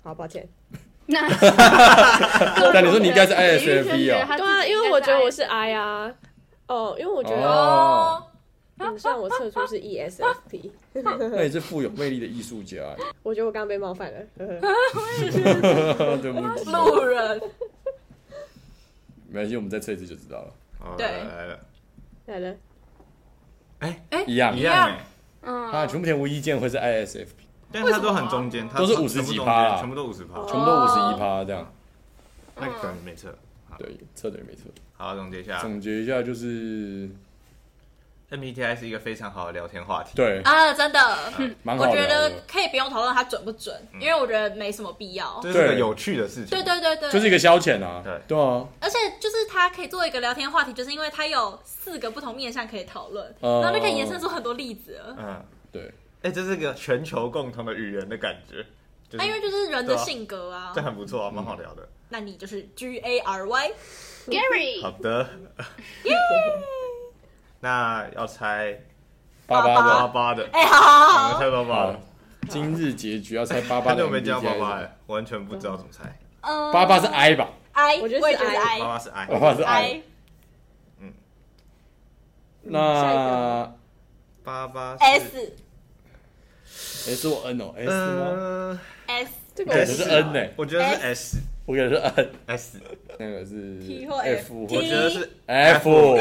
Speaker 6: 好抱歉。
Speaker 4: 那
Speaker 5: 但你说你应该是 ISFP 啊
Speaker 6: 对啊，因为我觉得我
Speaker 4: 是
Speaker 6: 是 I 啊。哦，因为我觉得
Speaker 5: 哦，
Speaker 6: 嗯虽然我测出是 ESFP，
Speaker 5: 那你是富有魅力的艺术家 欸，
Speaker 6: 我觉得我刚刚被冒犯了。呵呵
Speaker 5: 对不起，
Speaker 1: 路人。
Speaker 5: 没关系，我们再测一次就知道了。
Speaker 3: 哦
Speaker 1: 对
Speaker 3: 来了来了，
Speaker 6: 来了，
Speaker 5: 一样
Speaker 3: 一，样哎，
Speaker 5: 啊，全部填无意见会是 ISFP，
Speaker 3: 但
Speaker 1: 啊
Speaker 3: 是它都很中间，它
Speaker 5: 都是
Speaker 3: 全部
Speaker 5: 50几
Speaker 3: 中间
Speaker 5: 趴啊啦
Speaker 3: 全部都五十趴，
Speaker 1: 哦
Speaker 5: 全部都五十一趴这样。
Speaker 3: 那个可能没测。
Speaker 5: 对，测对没错。
Speaker 3: 好，总结一下
Speaker 5: 总结一下就是，
Speaker 3: ，MBTI 是一个非常好的聊天话题。
Speaker 5: 对，
Speaker 1: 啊，真的，
Speaker 5: 蛮
Speaker 1: 我
Speaker 5: 好
Speaker 1: 觉
Speaker 5: 聊
Speaker 1: 得
Speaker 5: 的，嗯
Speaker 1: 可以不用讨论它准不准，因为我觉得没什么必要。
Speaker 3: 这是个
Speaker 5: 对
Speaker 3: 有趣的事情。
Speaker 1: 对对对对，
Speaker 5: 就是一个消遣啊。
Speaker 3: 对
Speaker 5: 对啊，
Speaker 1: 而且就是它可以作为一个聊天话题，就是因为它有四个不同面向可以讨论，
Speaker 5: 哦
Speaker 1: 然后就可以延伸出很多例子了。
Speaker 3: 嗯，
Speaker 5: 对，
Speaker 3: 哎，这是个全球共同的语言的感觉，就
Speaker 1: 啊，因为
Speaker 3: 是
Speaker 1: 就是人的
Speaker 3: 对啊
Speaker 1: 性格啊
Speaker 3: 这。很不
Speaker 5: 嗯
Speaker 3: 错啊，蛮好聊的。
Speaker 1: 那你就是 G A R Y，
Speaker 3: 好
Speaker 4: Gary，
Speaker 3: 的， 那要猜
Speaker 5: 八
Speaker 1: 八
Speaker 5: 八
Speaker 3: 八
Speaker 5: 的，
Speaker 3: 八的，
Speaker 1: 哎，好好好
Speaker 3: 我们猜八八
Speaker 5: 好
Speaker 3: 了。，
Speaker 5: 今日结局要猜八八
Speaker 3: 很
Speaker 5: 的 E
Speaker 3: 久没见到
Speaker 5: MBTI
Speaker 3: 八八欸
Speaker 5: 是什么
Speaker 3: 了，完全不知道怎么猜。
Speaker 6: 哦
Speaker 1: 呃，
Speaker 5: 八八是 I 吧？
Speaker 1: I，
Speaker 6: 我觉得是
Speaker 1: 我也觉得是
Speaker 6: I
Speaker 3: 八
Speaker 1: I，I
Speaker 3: 八是 I，
Speaker 5: 八八是啊 I。
Speaker 1: I
Speaker 6: 下一
Speaker 5: 那
Speaker 6: 个
Speaker 3: 八八是
Speaker 1: S
Speaker 5: S 或 N 哦，S 吗？
Speaker 3: 呃，
Speaker 1: S
Speaker 6: 这个
Speaker 5: 我
Speaker 6: 我
Speaker 5: 给的
Speaker 6: 不
Speaker 5: 是
Speaker 6: 知
Speaker 5: N 呢，
Speaker 3: 我觉得是 S
Speaker 5: 我给的是 N，
Speaker 3: S，
Speaker 5: 那个是
Speaker 1: T 或
Speaker 5: F，
Speaker 1: T
Speaker 3: 我觉得是
Speaker 5: F
Speaker 3: F，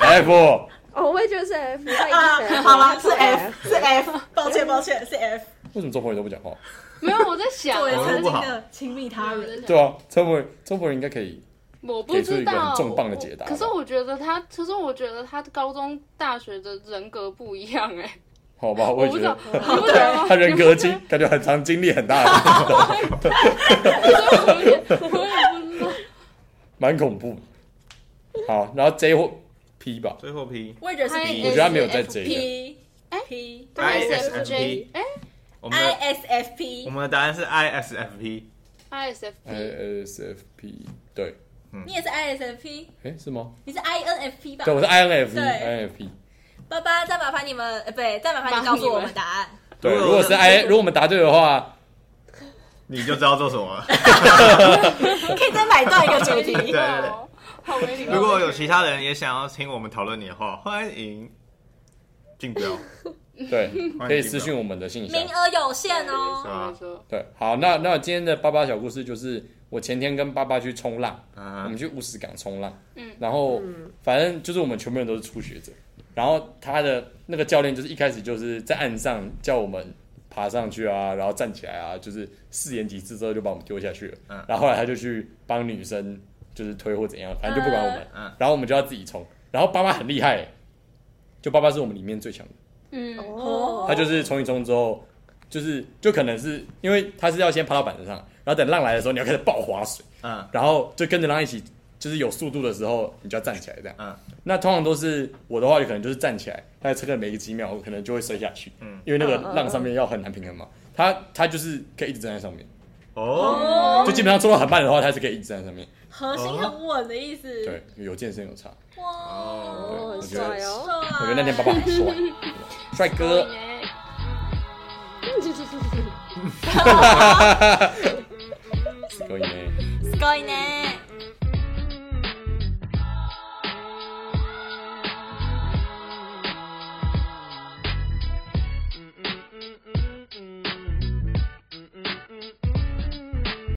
Speaker 5: F，
Speaker 6: 哦，我也觉得是 F，我也
Speaker 1: 啊
Speaker 6: 觉得，
Speaker 1: 好啦，是
Speaker 6: F，
Speaker 1: F，是 F，抱 歉抱歉，是 F。
Speaker 5: 为什么周鹏宇都不讲话？
Speaker 4: 没有我在想，
Speaker 1: 作为
Speaker 4: 我
Speaker 1: 曾
Speaker 4: 在
Speaker 1: 经的亲密他
Speaker 4: 想，我
Speaker 1: 人，
Speaker 4: 在想
Speaker 5: 对啊，周鹏宇，周鹏宇应该可以。
Speaker 4: 我不知
Speaker 5: 给出一个
Speaker 4: 道，
Speaker 5: 很重磅的解答
Speaker 4: 我可是我觉得他，可是我觉得他高中、大学的人格不一样哎，
Speaker 5: 好吧，
Speaker 4: 我
Speaker 5: 我也
Speaker 4: 不
Speaker 5: 觉
Speaker 4: 知道
Speaker 5: 得，
Speaker 4: 你不觉得吗？
Speaker 5: 他人格经感觉很常经历很大的，
Speaker 4: 我有点，我也不知道。
Speaker 5: 蛮恐怖。好，然后 J 或 P 吧，
Speaker 3: 最后 P，
Speaker 1: 我也觉得是 P，
Speaker 5: 我觉得他没有在 J 的
Speaker 1: P，
Speaker 4: 哎
Speaker 1: P
Speaker 4: 他还是
Speaker 3: ISFP
Speaker 4: 哎
Speaker 3: 我们
Speaker 1: I
Speaker 3: 的
Speaker 1: S F
Speaker 3: 我
Speaker 1: P，
Speaker 3: 们的答案是 ISFP，
Speaker 4: ，ISFP，
Speaker 5: ISFP，对，
Speaker 1: 你也是 I S F P，
Speaker 5: 哎，是吗？
Speaker 1: 你是 I N F P 吧
Speaker 5: 对，？我是 INFP，INFP
Speaker 1: 对。爸爸，再麻烦你们，呃，不对，再麻烦你告诉我们答 案。
Speaker 5: 对，
Speaker 3: 如果
Speaker 5: 如果是 I，如果我们答对的话，
Speaker 3: 你就知道做什么了。
Speaker 1: 可以再买到一个主
Speaker 3: 对
Speaker 1: 题。
Speaker 3: 对对。
Speaker 5: 呃
Speaker 4: 哦好没礼貌。
Speaker 3: 如果有其他人也想要听我们讨论你的话，欢迎竞标，
Speaker 5: 对，
Speaker 3: 欢迎
Speaker 5: 可以私信我们的信箱
Speaker 1: 名。额有限
Speaker 4: 是
Speaker 1: 哦，
Speaker 4: 吧没错
Speaker 5: 对，好，那那今天的爸爸小故事就是我前天跟爸爸去冲浪，我们
Speaker 3: 嗯，
Speaker 5: 去乌石港冲浪，
Speaker 4: 嗯
Speaker 5: 然后、反正就是我们全部人都是初学者，然后他的那个教练就是一开始就是在岸上叫我们爬上去啊，然后站起来啊，就是试验几次之后就把我们丢下去了，
Speaker 3: 嗯
Speaker 5: 然后后来他就去帮女生就是推或怎样，反正就不管我们，
Speaker 3: 嗯嗯
Speaker 5: 然后我们就要自己冲，然后爸爸很厉害、欸就爸爸是我们里面最强的。
Speaker 4: 嗯，
Speaker 6: 哦，
Speaker 5: 他就是冲一冲之后，就是就可能是因为他是要先爬到板子上，然后等浪来的时候，你要开始爆划水，
Speaker 3: 嗯，
Speaker 5: 然后就跟着浪一起，就是有速度的时候，你就要站起来这样。
Speaker 3: 嗯，
Speaker 5: 那通常都是我的话，就可能就是站起来，但是可能每个几秒我可能就会摔下去，
Speaker 3: 嗯
Speaker 5: 因为那个
Speaker 6: 嗯嗯
Speaker 5: 浪上面要很难平衡嘛。他他就是可以一直站在上面，
Speaker 3: 哦，
Speaker 5: 就基本上冲到很慢的话，他是可以一直站在上面。
Speaker 1: 核心很稳的意思。
Speaker 5: 对，有健身有差。
Speaker 1: 哇，
Speaker 6: 哦，很
Speaker 5: 我觉得
Speaker 6: 帅哦。
Speaker 5: 我觉得那天爸爸很帅，帅 哥。
Speaker 4: 耶
Speaker 1: 好
Speaker 9: ごいね。
Speaker 1: すごいね